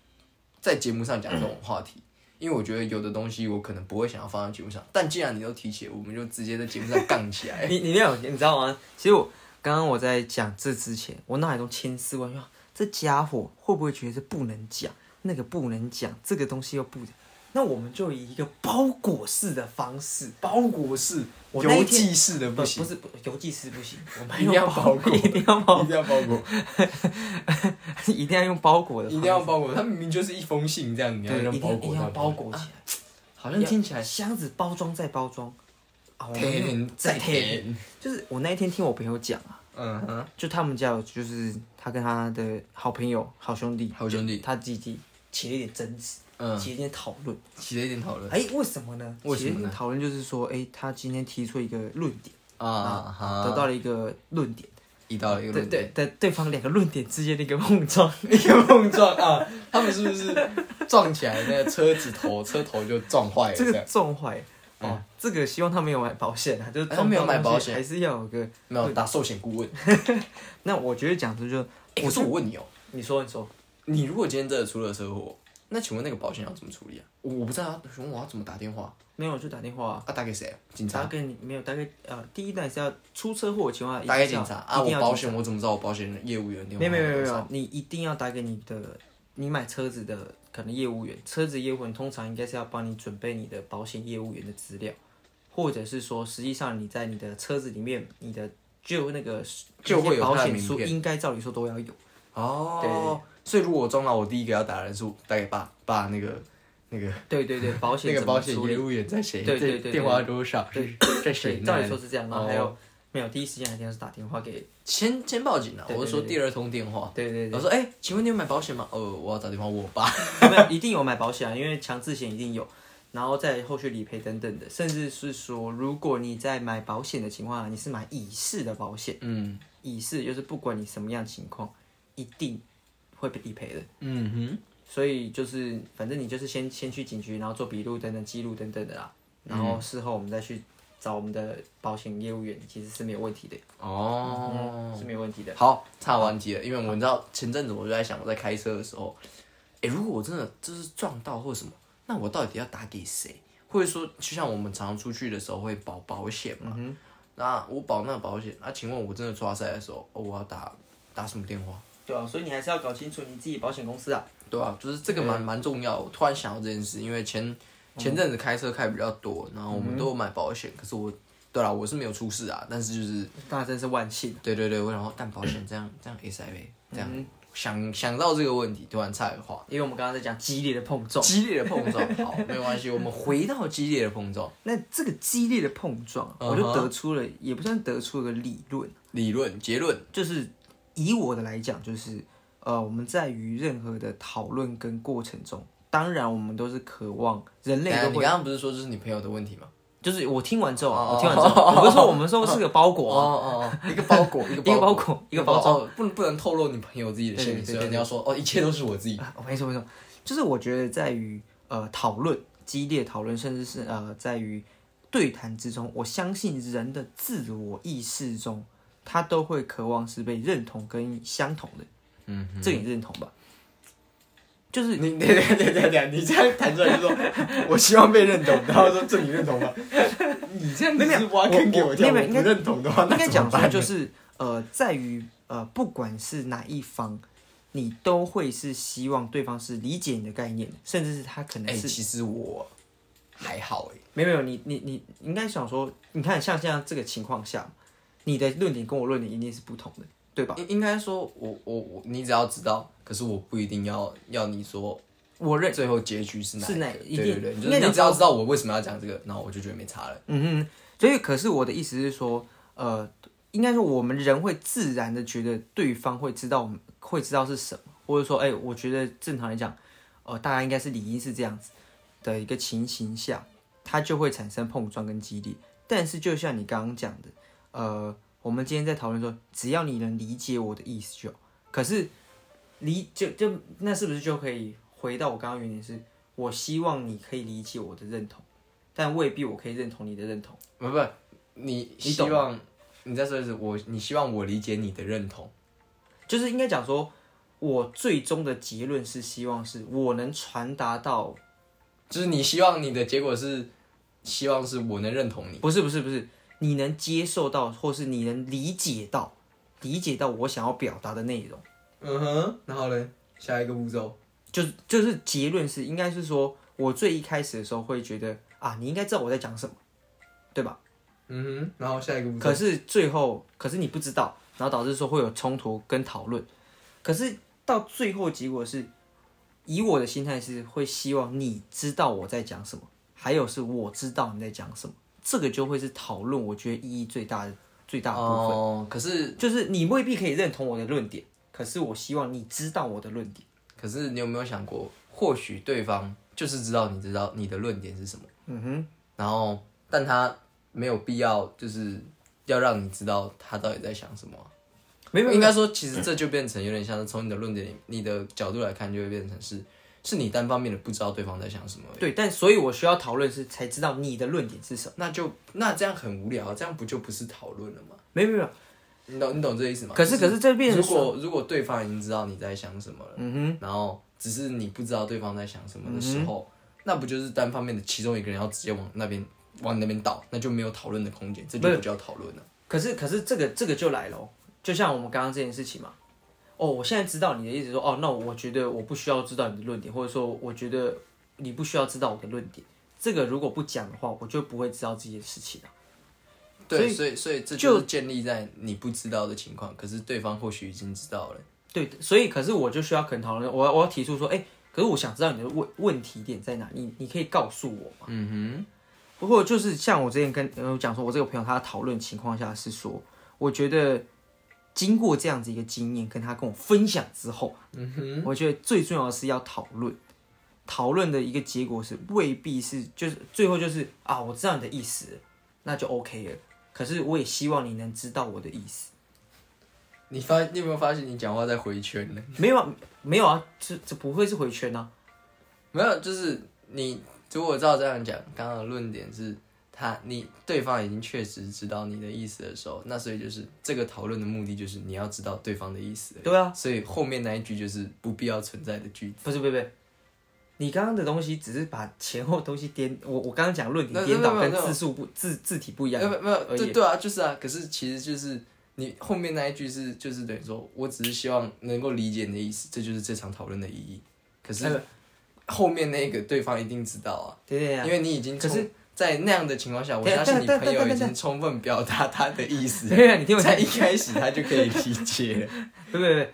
Speaker 2: 在节目上讲这种话题，因为我觉得有的东西我可能不会想要放在节目上。但既然你都提起，我们就直接在节目上杠起来。
Speaker 1: 你你没有你知道吗？其实我刚刚我在讲这之前，我脑海中千丝万绪，啊这家伙会不会觉得这不能讲，那个不能讲，这个东西又不能，那我们就以一个包裹式的方式，
Speaker 2: 包裹式、
Speaker 1: 我那一
Speaker 2: 邮
Speaker 1: 天
Speaker 2: 寄式的
Speaker 1: 不
Speaker 2: 不行，
Speaker 1: 不是不邮寄是不行，我们
Speaker 2: 一定要包 裹，
Speaker 1: 一定要包
Speaker 2: 一定要包 裹，
Speaker 1: 一定要用包裹的
Speaker 2: 一
Speaker 1: 方式，
Speaker 2: 定要包裹。它明明就是一封信这样，你要
Speaker 1: 对，
Speaker 2: 让
Speaker 1: 一
Speaker 2: 包
Speaker 1: 定一
Speaker 2: 裹
Speaker 1: 定
Speaker 2: 它
Speaker 1: 要包
Speaker 2: 吗，
Speaker 1: 裹起来。
Speaker 2: 好像听起来
Speaker 1: 箱子包装再包装，啊，我
Speaker 2: 甜
Speaker 1: 们
Speaker 2: 再
Speaker 1: 再贴，
Speaker 2: 甜。
Speaker 1: 就是我那一天听我朋友讲啊，
Speaker 2: 嗯哼，
Speaker 1: 就他们家有就是他跟他的好朋友、好兄弟、
Speaker 2: 好兄弟，
Speaker 1: 他弟弟起了一点争执，
Speaker 2: 嗯，
Speaker 1: 起了一点讨论。
Speaker 2: 起了一点讨论
Speaker 1: 哎，为什么呢？
Speaker 2: 为什么
Speaker 1: 起
Speaker 2: 呢
Speaker 1: 了一点讨论就是说，哎，他今天提出一个论点，
Speaker 2: 啊哈，
Speaker 1: 得到了一个论点，
Speaker 2: 遇到了一个
Speaker 1: 对
Speaker 2: 论点
Speaker 1: 对对，对方两个论点之间的一个碰撞，哎
Speaker 2: 一个碰撞啊，他们是不是撞起来？那个车子头，车头就撞坏了
Speaker 1: 这
Speaker 2: 这
Speaker 1: 个
Speaker 2: 样。
Speaker 1: 撞坏。哦，这个希望他没有买保险啊，就是
Speaker 2: 嗯哎他没有
Speaker 1: 撞到
Speaker 2: 买保
Speaker 1: 东西
Speaker 2: 险
Speaker 1: 还是要有个。
Speaker 2: 没有打寿险顾 问。
Speaker 1: 那我觉得讲这就，
Speaker 2: 哎可是我问你哦，
Speaker 1: 你说你说，
Speaker 2: 你如果今天真的出了车祸，那请问那个保险要怎么处理啊？我我不知道啊，请问我要怎么打电话
Speaker 1: 没有就打电话啊、
Speaker 2: 啊？打给谁啊？警
Speaker 1: 大
Speaker 2: 察？
Speaker 1: 概你没有，大概呃，第一段是要出车祸的情况下，
Speaker 2: 打给
Speaker 1: 一定
Speaker 2: 警
Speaker 1: 要
Speaker 2: 察啊？
Speaker 1: 一
Speaker 2: 我
Speaker 1: 定要
Speaker 2: 保
Speaker 1: 警
Speaker 2: 险我怎么知道我保险业务员
Speaker 1: 察
Speaker 2: 电话？
Speaker 1: 没有没有没有没有，你一定要打给你的，你买车子的可能业务员，车子业务员通常应该是要帮你准备你的保险业务员的资料，或者是说，实际上你在你的车子里面，你的就那个
Speaker 2: 就会有
Speaker 1: 保
Speaker 2: 他的
Speaker 1: 险
Speaker 2: 名
Speaker 1: 书，应该照理说都要有。
Speaker 2: 哦。所以如果我撞到，我第一个要打的是打给爸爸那个那个
Speaker 1: 对对对，保险
Speaker 2: 那个
Speaker 1: 怎么
Speaker 2: 保险
Speaker 1: 处理
Speaker 2: 业务员在谁？
Speaker 1: 对对
Speaker 2: 在
Speaker 1: 对
Speaker 2: 电话多少？是在谁
Speaker 1: 对，哦
Speaker 2: 那？
Speaker 1: 照理说是这样，然后还有、
Speaker 2: 哦
Speaker 1: 没有第一时间一定要是打电话给，
Speaker 2: 先先报警啊！
Speaker 1: 对对
Speaker 2: 我是说第二通电话。
Speaker 1: 对对对。
Speaker 2: 我说：“哎、请问你有买保险吗？”呃，我要打电话问我爸。
Speaker 1: 没有一定有买保险啊，因为强制险一定有，然后在后续理赔等等的，甚至是说，如果你在买保险的情况下，你是买乙式的保险，
Speaker 2: 嗯
Speaker 1: 乙式就是不管你什么样情况，一定会被理赔的。
Speaker 2: 嗯哼，
Speaker 1: 所以就是，反正你就是先先去警局，然后做笔录等等记录等等的啦，然
Speaker 2: 嗯
Speaker 1: 后事后我们再去找我们的保险业务员，其实是没有问题的，嗯
Speaker 2: 哦，
Speaker 1: 是没有问题的。
Speaker 2: 好，差完题了，因为我知道前阵子我就在想，我在开车的时候，哎、如果我真的就是撞到或什么，那我到底要打给谁？或者说，就像我们常出去的时候会保保险嘛，那我保那个保险，那请问我真的抓塞的时候，哦，我要打打什么电话？
Speaker 1: 对啊，所以你还是要搞清楚你自己保险公司啊。
Speaker 2: 对啊，就是这个蛮蛮重要。我突然想到这件事，因为前前阵子开车开比较多，然后我们都有买保险，可是我，对啦，我是没有出事啊，但是就是，
Speaker 1: 那真是万幸。
Speaker 2: 对对对，我想说，但保险这样这样 S I V 这样，想想到这个问题，突然插个话，
Speaker 1: 因为我们刚刚在讲激烈的碰撞，
Speaker 2: 激烈的碰撞，好，没有关系，我们回到激烈的碰撞
Speaker 1: 那这个激烈的碰撞，
Speaker 2: 嗯哼
Speaker 1: 我就得出了，也不算得出了个理论，
Speaker 2: 理论结论，
Speaker 1: 就是以我的来讲，就是呃，我们在于任何的讨论跟过程中，当然我们都是渴望人类
Speaker 2: 等一下
Speaker 1: 都
Speaker 2: 你
Speaker 1: 会，
Speaker 2: 刚刚不是说这是你朋友的问题吗？
Speaker 1: 就是我听完之后啊，
Speaker 2: 哦
Speaker 1: 我听完之 后，我不是说我们说是个包裹啊，
Speaker 2: 哦哦，一个包裹，一个
Speaker 1: 一个包
Speaker 2: 包
Speaker 1: 裹一个包装
Speaker 2: 哦，不能不能透露你朋友自己的姓
Speaker 1: 对
Speaker 2: 名，
Speaker 1: 对对
Speaker 2: 所以你要说哦，一切都是我自己，
Speaker 1: 啊没错没错，就是我觉得在于呃讨论激烈讨论，甚至是呃在于对谈之中，我相信人的自我意识中，他都会渴望是被认同跟相同的，
Speaker 2: 嗯，
Speaker 1: 这个你认同吧？就是
Speaker 2: 你你对对对对，你这样弹出来就说，我希望被认同，然后说这你认同吗？你这样子是挖坑给我跳，
Speaker 1: 没有没有
Speaker 2: 我
Speaker 1: 应
Speaker 2: 不
Speaker 1: 该
Speaker 2: 认同的话，那
Speaker 1: 应该
Speaker 2: 怎
Speaker 1: 讲
Speaker 2: 么
Speaker 1: 说
Speaker 2: 办
Speaker 1: 就是呃，在于呃，不管是哪一方，你都会是希望对方是理解你的概念的，甚至是他可能
Speaker 2: 哎、
Speaker 1: 是、
Speaker 2: 其实我还好哎、
Speaker 1: 没有没有你你你应该想说，你看像这样这个情况下，你的论点跟我论点一定是不同的，对吧？
Speaker 2: 应应该说我我我，你只要知道，可是我不一定要要你说
Speaker 1: 我认
Speaker 2: 最后结局是哪
Speaker 1: 是
Speaker 2: 一
Speaker 1: 哪
Speaker 2: 个
Speaker 1: 一
Speaker 2: 对对
Speaker 1: 定
Speaker 2: 对，就
Speaker 1: 应该
Speaker 2: 是你
Speaker 1: 讲
Speaker 2: 只要知道我为什么要讲这个，然后我就觉得没差了。
Speaker 1: 嗯嗯，所以可是我的意思是说，呃，应该说我们人会自然的觉得对方会知道我们会知道是什么，或者说，哎、我觉得正常来讲，呃，大家应该是理应是这样子的一个情形下，它就会产生碰撞跟激烈。但是就像你刚刚讲的，呃，我们今天在讨论说，只要你能理解我的意思就好。可是理就就那是不是就可以回到我刚刚原点是，我希望你可以理解我的认同，但未必我可以认同你的认同。
Speaker 2: 不不，嗯你
Speaker 1: 你
Speaker 2: 希
Speaker 1: 懂
Speaker 2: 望你再说一次，我你希望我理解你的认同，
Speaker 1: 就是应该讲说，我最终的结论是希望是我能传达到，
Speaker 2: 就是你希望你的结果是希望是我能认同你。
Speaker 1: 不是不是不是，你能接受到，或是你能理解到，理解到我想要表达的内容，
Speaker 2: 嗯哼，然后呢，下一个步骤，
Speaker 1: 就是就是结论是应该是说，我最一开始的时候会觉得啊，你应该知道我在讲什么，对吧？
Speaker 2: 嗯哼，然后下一个步骤，
Speaker 1: 可是最后，可是你不知道，然后导致说会有冲突跟讨论。可是到最后结果是，以我的心态是会希望你知道我在讲什么，还有是我知道你在讲什么，这个就会是讨论我觉得意义最大的最大的部分。
Speaker 2: 哦，可是
Speaker 1: 就是你未必可以认同我的论点，可是我希望你知道我的论点。
Speaker 2: 可是你有没有想过，或许对方就是知道你知道你的论点是什么，
Speaker 1: 嗯哼，
Speaker 2: 然后但他没有必要就是要让你知道他到底在想什么啊、
Speaker 1: 没有没有
Speaker 2: 应该说，其实这就变成有点像是从你的论点里、你的角度来看，就会变成是是你单方面的不知道对方在想什么而已。
Speaker 1: 对，但所以我需要讨论是才知道你的论点是什么。
Speaker 2: 那就那这样很无聊，这样不就不是讨论了吗？
Speaker 1: 没有没有没有，
Speaker 2: 你懂你懂这个意思吗？
Speaker 1: 可是
Speaker 2: 就
Speaker 1: 可是这变成
Speaker 2: 如果如果对方已经知道你在想什么了，
Speaker 1: 嗯哼，
Speaker 2: 然后只是你不知道对方在想什么的时候，那不就是单方面的其中一个人要直接往那边往你那边倒，那就没有讨论的空间，这就不叫讨论了。
Speaker 1: 可是可是这个这个就来了哦，就像我们刚刚这件事情嘛。哦，我现在知道你的意思说，哦，那我觉得我不需要知道你的论点，或者说我觉得你不需要知道我的论点。这个如果不讲的话，我就不会知道这件事情啊。所
Speaker 2: 对，
Speaker 1: 以
Speaker 2: 所以所以这就是建立在你不知道的情况，可是对方或许已经知道了。
Speaker 1: 对，所以可是我就需要可能讨论，我要我要提出说，哎，可是我想知道你的问问题点在哪，你你可以告诉我吗？
Speaker 2: 嗯
Speaker 1: 不过就是像我之前跟呃讲说，我这个朋友他的讨论情况下是说，我觉得经过这样子一个经验，跟他跟我分享之后，
Speaker 2: 哼，嗯哼，
Speaker 1: 我觉得最重要的是要讨论，讨论的一个结果是未必是就是最后就是啊，我知道你的意思了，那就 OK 了。可是我也希望你能知道我的意思。
Speaker 2: 你发你有没有发现你讲话在回圈呢？
Speaker 1: 没有啊，没有啊，这这不会是回圈啊。
Speaker 2: 没有，就是你如果照这样讲，刚刚的论点是他你对方已经确实知道你的意思的时候，那所以就是这个讨论的目的就是你要知道对方的意思而已。
Speaker 1: 对啊，
Speaker 2: 所以后面那一句就是不必要存在的句子。
Speaker 1: 不是不是不是，你刚刚的东西只是把前后东西颠，我我刚刚讲论
Speaker 2: 那
Speaker 1: 点颠倒
Speaker 2: 那那
Speaker 1: 跟
Speaker 2: 那
Speaker 1: 字数不字字体不一
Speaker 2: 没
Speaker 1: 样。
Speaker 2: 有没有，
Speaker 1: 而已
Speaker 2: 对对啊，就是啊。可是其实就是你后面那一句是就是等于说，我只是希望能够理解你的意思，这就是这场讨论的意义。可
Speaker 1: 哎
Speaker 2: 是后面那个对方一定知道啊。
Speaker 1: 对对
Speaker 2: 因
Speaker 1: 对
Speaker 2: 为你已经
Speaker 1: 可
Speaker 2: 充
Speaker 1: 是
Speaker 2: 在那样的情况下，我
Speaker 1: 等一
Speaker 2: 相
Speaker 1: 下
Speaker 2: 信你
Speaker 1: 等一下
Speaker 2: 朋友
Speaker 1: 等
Speaker 2: 已
Speaker 1: 一下
Speaker 2: 经充分表达他的意思
Speaker 1: 对，， 对啊，你听我讲
Speaker 2: 在，一开始他就可以理解了。
Speaker 1: 对不对？对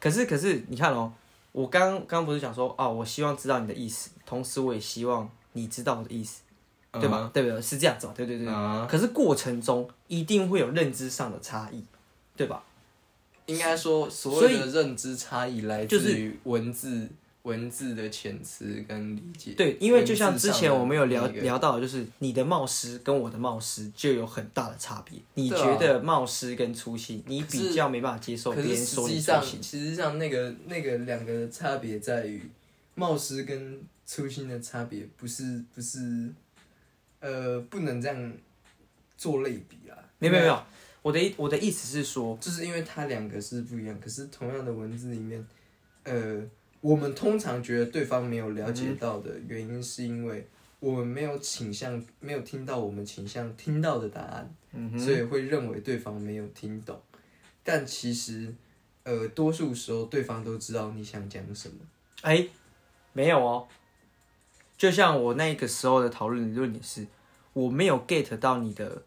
Speaker 1: 可是可是你看哦，我刚刚刚不是讲说哦，我希望知道你的意思，同时我也希望你知道我的意思， 对吧？对不对？是这样子嘛？对对
Speaker 2: 嗯？
Speaker 1: 对。
Speaker 2: 啊，
Speaker 1: 可是过程中一定会有认知上的差异，对吧？
Speaker 2: 应该说所有的认知差异来
Speaker 1: 就
Speaker 2: 自于文字、文字的遣词跟理解。
Speaker 1: 对，因为就像之前我们有聊
Speaker 2: 文字上的那个
Speaker 1: 聊到，就是你的冒失跟我的冒失就有很大的差别。你
Speaker 2: 对啊
Speaker 1: 觉得冒失跟粗心，你
Speaker 2: 可是
Speaker 1: 比较没办法接受
Speaker 2: 可
Speaker 1: 别
Speaker 2: 是
Speaker 1: 人
Speaker 2: 实
Speaker 1: 说
Speaker 2: 际
Speaker 1: 你粗
Speaker 2: 上，
Speaker 1: 心。
Speaker 2: 实际上那个那个两个的差别在于，冒失跟粗心的差别不是不是，呃，不能这样做类比啊。
Speaker 1: 没有没有没有，我的意我的意思是说，
Speaker 2: 就是因为它两个是不一样，可是同样的文字里面，呃，我们通常觉得对方没有了解到的原因，是因为我们没有倾向，没有听到我们倾向听到的答案，
Speaker 1: 嗯
Speaker 2: 所以会认为对方没有听懂。但其实，呃，多数时候对方都知道你想讲什么。
Speaker 1: 哎、没有哦。就像我那个时候的讨论理论也是，我没有 get 到你的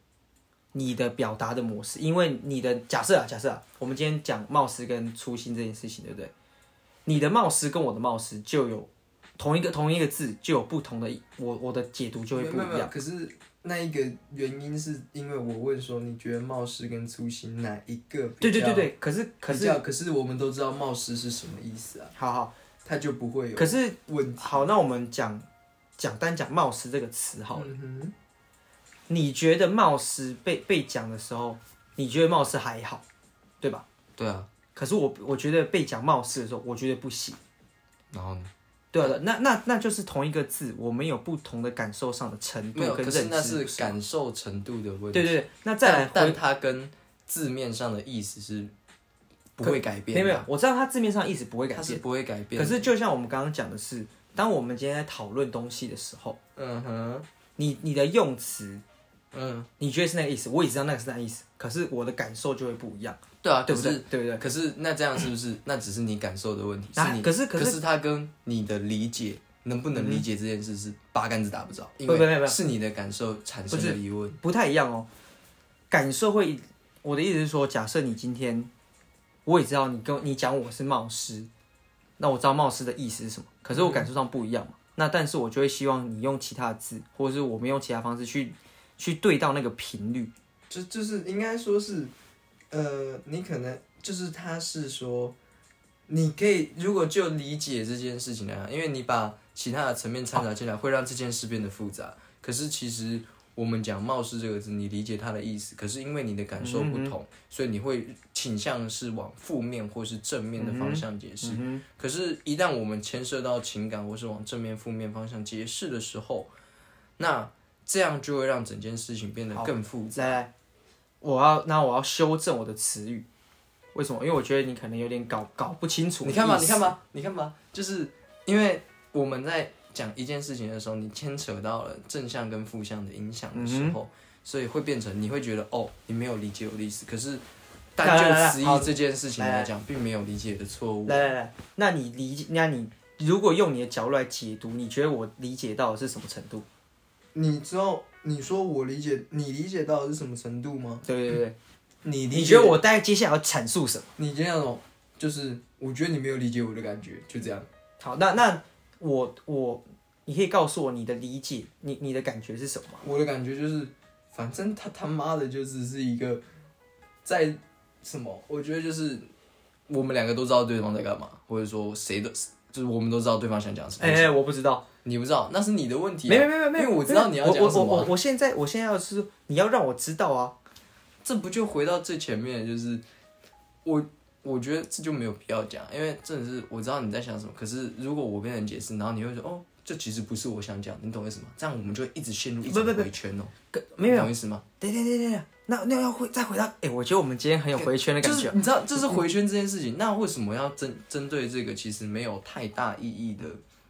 Speaker 1: 你的表达的模式，因为你的假设啊，假设啊，我们今天讲冒失跟粗心这件事情，对不对？你的冒失跟我的冒失就有同一个同一个字就有不同的，我我的解读就会不一
Speaker 2: 没有没有没
Speaker 1: 样。
Speaker 2: 有可是那一个原因是因为我问说，你觉得冒失跟粗心哪一个比较？
Speaker 1: 对对对对，可是可
Speaker 2: 比
Speaker 1: 是
Speaker 2: 较，可是我们都知道冒失是什么意思啊，
Speaker 1: 好好，
Speaker 2: 它就不会有
Speaker 1: 可是
Speaker 2: 问题。
Speaker 1: 好，那我们讲讲单讲冒失这个词好了。
Speaker 2: 嗯哼，
Speaker 1: 你觉得冒失被被讲的时候，你觉得冒失还好，对吧？
Speaker 2: 对啊，
Speaker 1: 可是我我觉得被讲冒失的时候，我觉得不行。
Speaker 2: 然后呢？
Speaker 1: 对了，那那那就是同一个字，我们有不同的感受上的程度
Speaker 2: 没有，
Speaker 1: 跟
Speaker 2: 可是
Speaker 1: 认
Speaker 2: 那
Speaker 1: 知。
Speaker 2: 是感受程度的问
Speaker 1: 对
Speaker 2: 题。
Speaker 1: 对对，那再来
Speaker 2: 但
Speaker 1: 回
Speaker 2: 但它跟字面上的意思是不会改变
Speaker 1: 没
Speaker 2: 的，
Speaker 1: 有没有，我知道它字面上的意思不会改
Speaker 2: 它啊是
Speaker 1: 变，
Speaker 2: 不会改变
Speaker 1: 可
Speaker 2: 的。
Speaker 1: 是就像我们刚刚讲的是，当我们今天在讨论东西的时候，
Speaker 2: 嗯哼，
Speaker 1: 你你的用词，
Speaker 2: 嗯，
Speaker 1: 你觉得是那个意思，我也知道那个是那个意思，可是我的感受就会不一样，
Speaker 2: 对啊，
Speaker 1: 对
Speaker 2: 可
Speaker 1: 不对
Speaker 2: 是？
Speaker 1: 对不对？
Speaker 2: 可是那这样是不是？ 那只是你感受的问题，
Speaker 1: 那
Speaker 2: 是你
Speaker 1: 可是可
Speaker 2: 可
Speaker 1: 是
Speaker 2: 它跟你的理解能不能理解这件事是八竿子打不着，因
Speaker 1: 不不不
Speaker 2: 为是你的感受产生的疑问。
Speaker 1: 不太一样哦。感受会，我的意思是说，假设你今天，我也知道你跟你讲我是冒失，那我知道冒失的意思是什么，可是我感受上不一样嘛。那但是我就会希望你用其他的字，或者是我们用其他方式去去对到那个频率。
Speaker 2: 就就是应该说是，呃，你可能就是他是说，你可以如果就理解这件事情来讲，因为你把其他的层面掺杂进来，会让这件事变得复杂。可是其实我们讲“冒失”这个字，你理解它的意思，可是因为你的感受
Speaker 1: 嗯
Speaker 2: 不同，所以你会倾向是往负面或是正面的方向解释。
Speaker 1: 嗯
Speaker 2: 可是，一旦我们牵涉到情感或是往正面、负面方向解释的时候，那这样就会让整件事情变得更复
Speaker 1: 哼，
Speaker 2: 杂。
Speaker 1: 再来，我要那我要修正我的词语，为什么？因为我觉得你可能有点搞搞不清楚。
Speaker 2: 你看吧，你看，吧，你看吧，就是因为我们在讲一件事情的时候，你牵扯到了正向跟负向的影响的时候，所以会变成你会觉得哦，你没有理解我的意思。可是，但
Speaker 1: 来来来
Speaker 2: 就词义
Speaker 1: 好
Speaker 2: 这件事情
Speaker 1: 来来
Speaker 2: 来讲，并没有理解的错误。
Speaker 1: 来来来，那你理解，那你如果用你的角度来解读，你觉得我理解到的是什么程度？
Speaker 2: 你知道你说我理解你理解到的是什么程度吗？
Speaker 1: 对对对对。
Speaker 2: 你
Speaker 1: 你觉得我大概接下来要阐述什么？
Speaker 2: 你这样哦，就是我觉得你没有理解我的感觉，就这样。
Speaker 1: 好，那那我我，你可以告诉我你的理解，你你的感觉是什么吗？
Speaker 2: 我的感觉就是，反正他他妈的就只是一个在什么，我觉得就是我们两个都知道对方在干嘛，或者说谁都就是我们都知道对方想讲什么。
Speaker 1: 哎、我不知道，
Speaker 2: 你不知道，那是你的问题、啊。
Speaker 1: 没有没有没有，
Speaker 2: 因为我知道你要
Speaker 1: 我
Speaker 2: 讲什
Speaker 1: 我
Speaker 2: 么啊、
Speaker 1: 我我现在我现在要是你要让我知道啊，
Speaker 2: 这不就回到最前面，就是我我觉得这就没有必要讲，因为真的是我知道你在想什么，可是如果我跟人解释，然后你会说哦，这其实不是我想讲，你懂我意思吗？这样我们就一直陷入一
Speaker 1: 不不
Speaker 2: 种
Speaker 1: 不
Speaker 2: 回圈哦，
Speaker 1: 跟没有
Speaker 2: 你
Speaker 1: 没有，
Speaker 2: 懂意思吗？
Speaker 1: 对对对对对，那那要回再回到，哎、我觉得我们今天很有回圈的感
Speaker 2: 就
Speaker 1: 觉，嗯
Speaker 2: 是你知道，这是回圈这件事情，那为什么要针针对这个其实没有太大意义的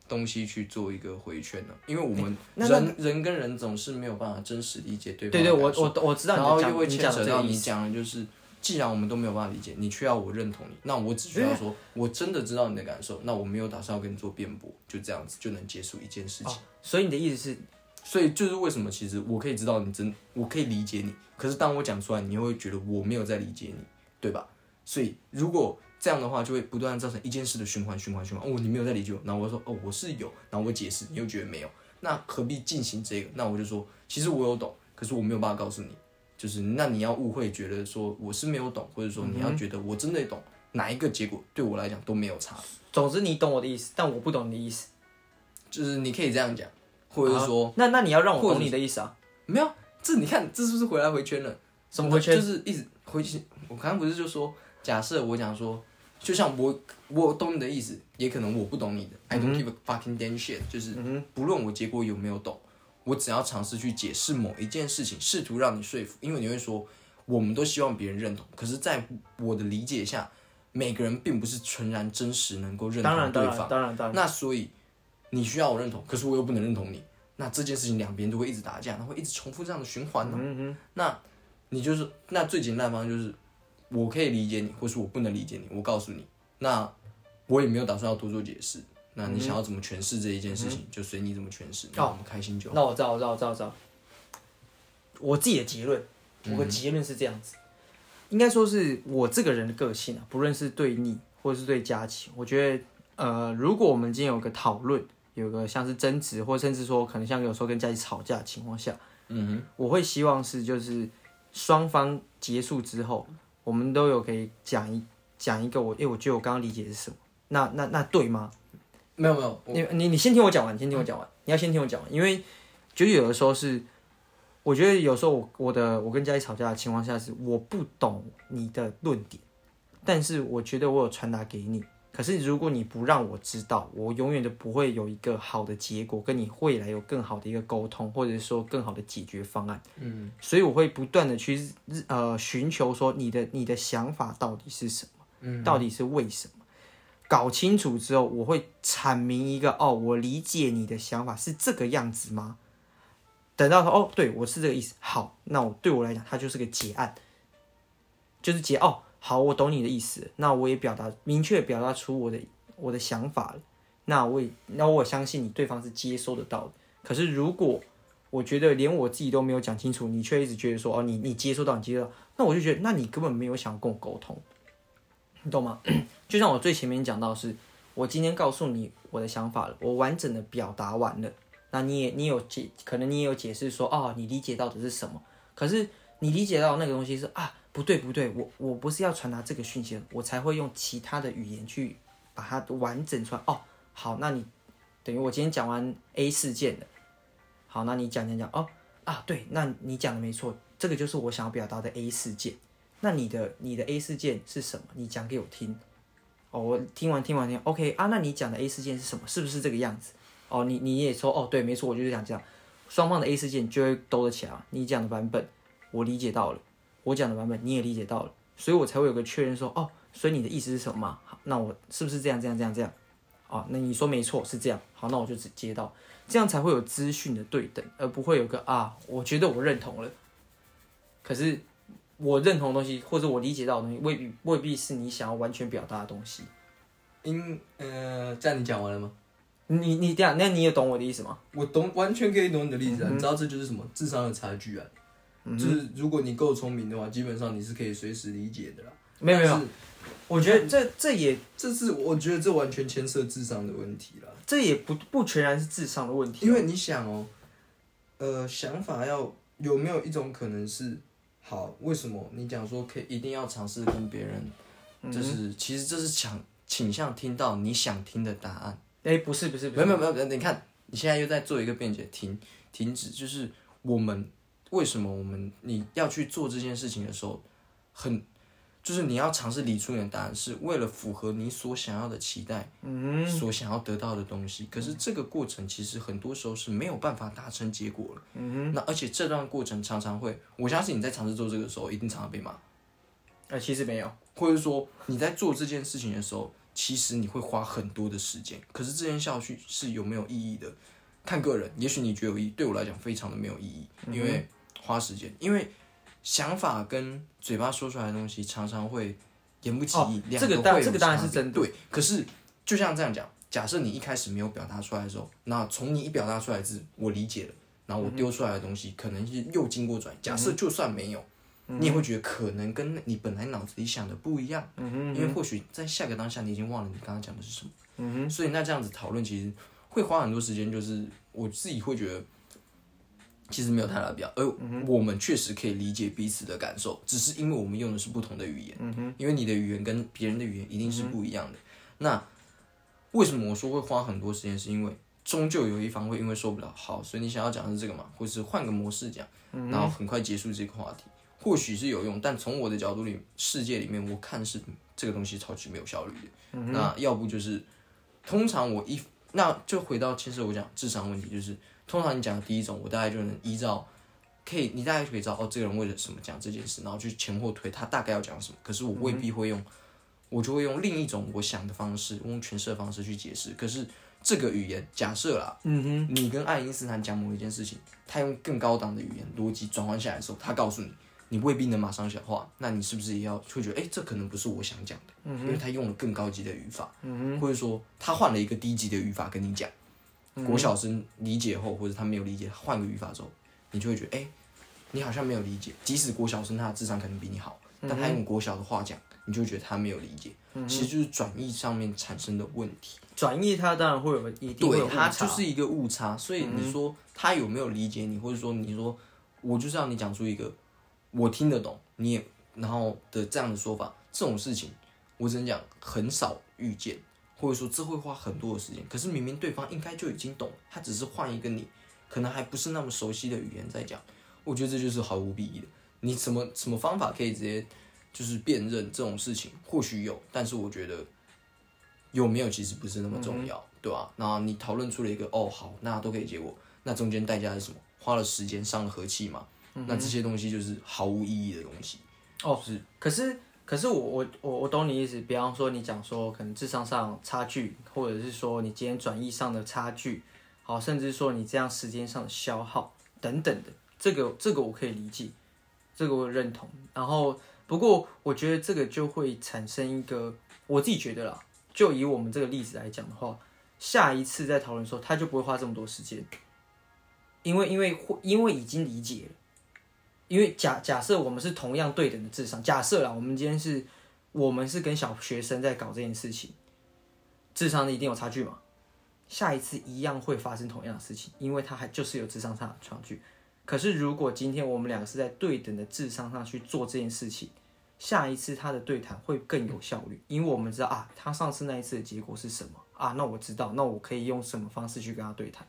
Speaker 2: 东西去做一个回圈呢？因为我们
Speaker 1: 哎那
Speaker 2: 人、
Speaker 1: 那
Speaker 2: 人跟人总是没有办法真实理解对方
Speaker 1: 对
Speaker 2: 的
Speaker 1: 对，
Speaker 2: 感受。
Speaker 1: 我我我知
Speaker 2: 然
Speaker 1: 道
Speaker 2: 后
Speaker 1: 你
Speaker 2: 又
Speaker 1: 讲
Speaker 2: 会
Speaker 1: 你
Speaker 2: 牵
Speaker 1: 讲的
Speaker 2: 扯
Speaker 1: 这
Speaker 2: 到
Speaker 1: 个意
Speaker 2: 你
Speaker 1: 思，
Speaker 2: 讲的就是，既然我们都没有办法理解，你却要我认同你，那我只需要说，我真的知道你的感受，那我没有打算要跟你做辩驳，就这样子就能结束一件事情。
Speaker 1: 哦所以你的意思是，
Speaker 2: 所以就是为什么，其实我可以知道你真，我可以理解你，可是当我讲出来，你又会觉得我没有在理解你，对吧？所以如果这样的话，就会不断地造成一件事的循环、循环、循环。哦，你没有在理解我，然后我就说哦，我是有，然后我解释，你又觉得没有，那何必进行这个？那我就说，其实我有懂，可是我没有办法告诉你，就是那你要误会，觉得说我是没有懂，或者说你要觉得我真的懂，哪一个结果对我来讲都没有差。
Speaker 1: 总之你懂我的意思，但我不懂你的意思，
Speaker 2: 就是你可以这样讲，或者是说、
Speaker 1: 啊那那你要让我
Speaker 2: 或者
Speaker 1: 懂你的意思啊，
Speaker 2: 没有，这你看，这是不是回来回圈了？
Speaker 1: 什么回圈
Speaker 2: 就是一直回圈。我刚刚不是就说，假设我讲说，就像我我懂你的意思，也可能我不懂你的。I don't give a fucking damn shit，就是不论我结果有没有懂，我只要尝试去解释某一件事情，试图让你说服，因为你会说。我们都希望别人认同，可是，在我的理解下，每个人并不是纯然真实能够认
Speaker 1: 当然
Speaker 2: 同
Speaker 1: 当
Speaker 2: 对
Speaker 1: 然
Speaker 2: 方。
Speaker 1: 当然当然，
Speaker 2: 那所以你需要我认同，可是我又不能认同你，那这件事情两边都会一直打架，它会一直重复这样的循环呢、
Speaker 1: 嗯嗯，
Speaker 2: 那你就是那最简单的方式就是，我可以理解你，或是我不能理解你，我告诉你，那我也没有打算要多做解释。那你想要怎么诠释这一件事
Speaker 1: 嗯
Speaker 2: 情，就随你怎么诠释，
Speaker 1: 哦
Speaker 2: 那我们开心就好。
Speaker 1: 那我知道我知道我知道我知道，我自己的结论，我的结论是这样子，应该说是我这个人的个性啊，不论是对你或是对佳琪，我觉得呃，如果我们今天有个讨论，有个像是争执，或甚至说可能像有时候跟佳琪吵架的情况下。
Speaker 2: 嗯哼，
Speaker 1: 我会希望是就是双方结束之后，我们都有可以讲一讲一个我，诶，我觉得我刚刚理解是什么，那那那对吗？
Speaker 2: 没有没有，
Speaker 1: 你你你先听我讲完，你先听我讲完，你要先听我讲完，因为就是有的时候是，我觉得有时候我我的我跟家里吵架的情况下是我不懂你的论点，但是我觉得我有传达给你。可是如果你不让我知道，我永远都不会有一个好的结果，跟你未来有更好的一个沟通，或者说更好的解决方案。
Speaker 2: 嗯，
Speaker 1: 所以我会不断的去日呃寻求说你的你的想法到底是什么，嗯，到底是为什么？搞清楚之后，我会阐明一个哦，我理解你的想法是这个样子吗？等到说哦，对我是这个意思，好，那我对我来讲，它就是个结案，就是结哦，好，我懂你的意思，那我也表达明确表达出我的我的想法了，那我也那我相信你对方是接收得到的，可是如果我觉得连我自己都没有讲清楚，你却一直觉得说哦，你你接收到，你接收到，那我就觉得，那你根本没有想要跟我沟通，你懂吗？就像我最前面讲到是，我今天告诉你我的想法了，我完整的表达完了，那你也你有解，可能你也有解释说哦，你理解到的是什么，可是你理解到那个东西是啊，不对不对，我我不是要传达这个讯息，我才会用其他的语言去把它完整出来。哦，好，那你等于我今天讲完 A 事件。好，那你讲讲讲哦啊，对，那你讲的没错，这个就是我想要表达的 A 事件。那你的你的 A 事件是什么？你讲给我听。哦，我听完听完听完，OK 啊，那你讲的 A 事件是什么？是不是这个样子？哦，你你也说哦，对，没错，我就是想这样。双方的 A 事件就会兜得起来嘛。啊你讲的版本我理解到了，我讲的版本你也理解到了，所以我才会有个确认说哦，所以你的意思是什么嘛？好，那我是不是这样这样这样这样？哦，那你说没错是这样，好，那我就只接到。这样才会有资讯的对等，而不会有个啊，我觉得我认同了，可是我认同的东西或者我理解到的东西，未必未必是你想要完全表达的东西。
Speaker 2: 因呃，这样你讲完了吗？
Speaker 1: 你你这样，那你也懂我的意思吗？
Speaker 2: 我懂，完全可以懂你的例
Speaker 1: 嗯
Speaker 2: 子啊。你知道这就是什么智商的差距啊？就是如果你够聪明的话，基本上你是可以随时理解的啦。
Speaker 1: 没有没有，
Speaker 2: 但是，
Speaker 1: 我觉得这这也
Speaker 2: 这是我觉得这完全牵涉智商的问题啦。
Speaker 1: 这也不不全然是智商的问题，啊
Speaker 2: 因为你想哦，呃，想法要有没有一种可能是，好，为什么你讲说可以一定要尝试跟别人，就是、其实这是想倾向听到你想听的答案。
Speaker 1: 哎，不是不是不
Speaker 2: 没
Speaker 1: 是，
Speaker 2: 有没有没有，你看你现在又在做一个辩解，停停止，就是我们为什么我们你要去做这件事情的时候，很就是你要尝试理出你的答案，是为了符合你所想要的期待，嗯，所想要得到的东西。可是这个过程其实很多时候是没有办法达成结果了，嗯那而且这段过程常常会，我相信你在尝试做这个的时候，一定常常被骂，
Speaker 1: 呃，其实没有，
Speaker 2: 或者说你在做这件事情的时候，其实你会花很多的时间，可是这件效率是有没有意义的，看个人。也许你觉得有意义，对我来讲非常的没有意义，因为花时间，因为想法跟嘴巴说出来的东西常常会言不及
Speaker 1: 哦
Speaker 2: 义，两
Speaker 1: 这个
Speaker 2: 会
Speaker 1: 当
Speaker 2: 有
Speaker 1: 这个当然是
Speaker 2: 差别
Speaker 1: 真的
Speaker 2: 对。可是就像这样讲，假设你一开始没有表达出来的时候，那从你一表达出来是，我理解了，然后我丢出来的东西可能是又经过转移。假设就算没有。你也会觉得可能跟你本来脑子里想的不一样，因为或许在下个当下你已经忘了你刚刚讲的是什么，所以那这样子讨论其实会花很多时间，就是我自己会觉得其实没有太大的必要，而我们确实可以理解彼此的感受，只是因为我们用的是不同的语言，因为你的语言跟别人的语言一定是不一样的。那为什么我说会花很多时间？是因为终究有一方会因为受不了，好，所以你想要讲的是这个嘛，或是换个模式讲，然后很快结束这个话题，或许是有用，但从我的角度里，世界里面我看是这个东西超级没有效率的。那要不就是，通常我一那就回到其实我讲智商问题，就是通常你讲的第一种，我大概就能依照可以，你大概就可以知道哦，这个人为了什么讲这件事，然后去前后推他大概要讲什么。可是我未必会用，我就会用另一种我想的方式，用诠释的方式去解释。可是这个语言，假设啦，
Speaker 1: 嗯哼，
Speaker 2: 你跟爱因斯坦讲某一件事情，他用更高档的语言逻辑转换下来的时候，他告诉你，你未必能马上消化，那你是不是也要会觉得，哎、这可能不是我想讲的，因为他用了更高级的语法，或者说他换了一个低级的语法跟你讲，国小生理解后，或者他没有理解，换个语法之后，你就会觉得，哎、你好像没有理解，即使国小生他的智商可能比你好，但他用国小的话讲，你就会觉得他没有理解，其实就是转译上面产生的问题。
Speaker 1: 转译它当然会有一定会有
Speaker 2: 对，
Speaker 1: 误
Speaker 2: 它
Speaker 1: 差嗯
Speaker 2: 就是一个误差。所以你说他有没有理解你，或者说你说我就是让你讲出一个我听得懂，你也然后的这样的说法，这种事情我只能讲很少遇见，或者说这会花很多的时间。可是明明对方应该就已经懂了，他只是换一个你可能还不是那么熟悉的语言在讲，我觉得这就是毫无裨益的。你什么什么方法可以直接就是辨认这种事情？或许有，但是我觉得有没有其实不是那么重要，对吧、然后你讨论出了一个哦，好，那都可以结果，那中间代价是什么？花了时间，伤了和气嘛？那这些东西就是毫无意义的东西。
Speaker 1: 哦，是。可是可是我我我我懂你意思，比方说你讲说可能智商上差距，或者是说你今天转译上的差距，好，甚至说你这样时间上的消耗等等的，这个这个我可以理解，这个我认同。然后不过我觉得这个就会产生一个，我自己觉得啦，就以我们这个例子来讲的话，下一次再讨论的时候，他就不会花这么多时间。因为因为会因为已经理解了。因为假假设我们是同样对等的智商，假设啦，我们今天是，我们是跟小学生在搞这件事情，智商一定有差距嘛？下一次一样会发生同样的事情，因为他还就是有智商上的差距。可是如果今天我们两个是在对等的智商上去做这件事情，下一次他的对谈会更有效率，因为我们知道啊，他上次那一次的结果是什么啊？那我知道，那我可以用什么方式去跟他对谈？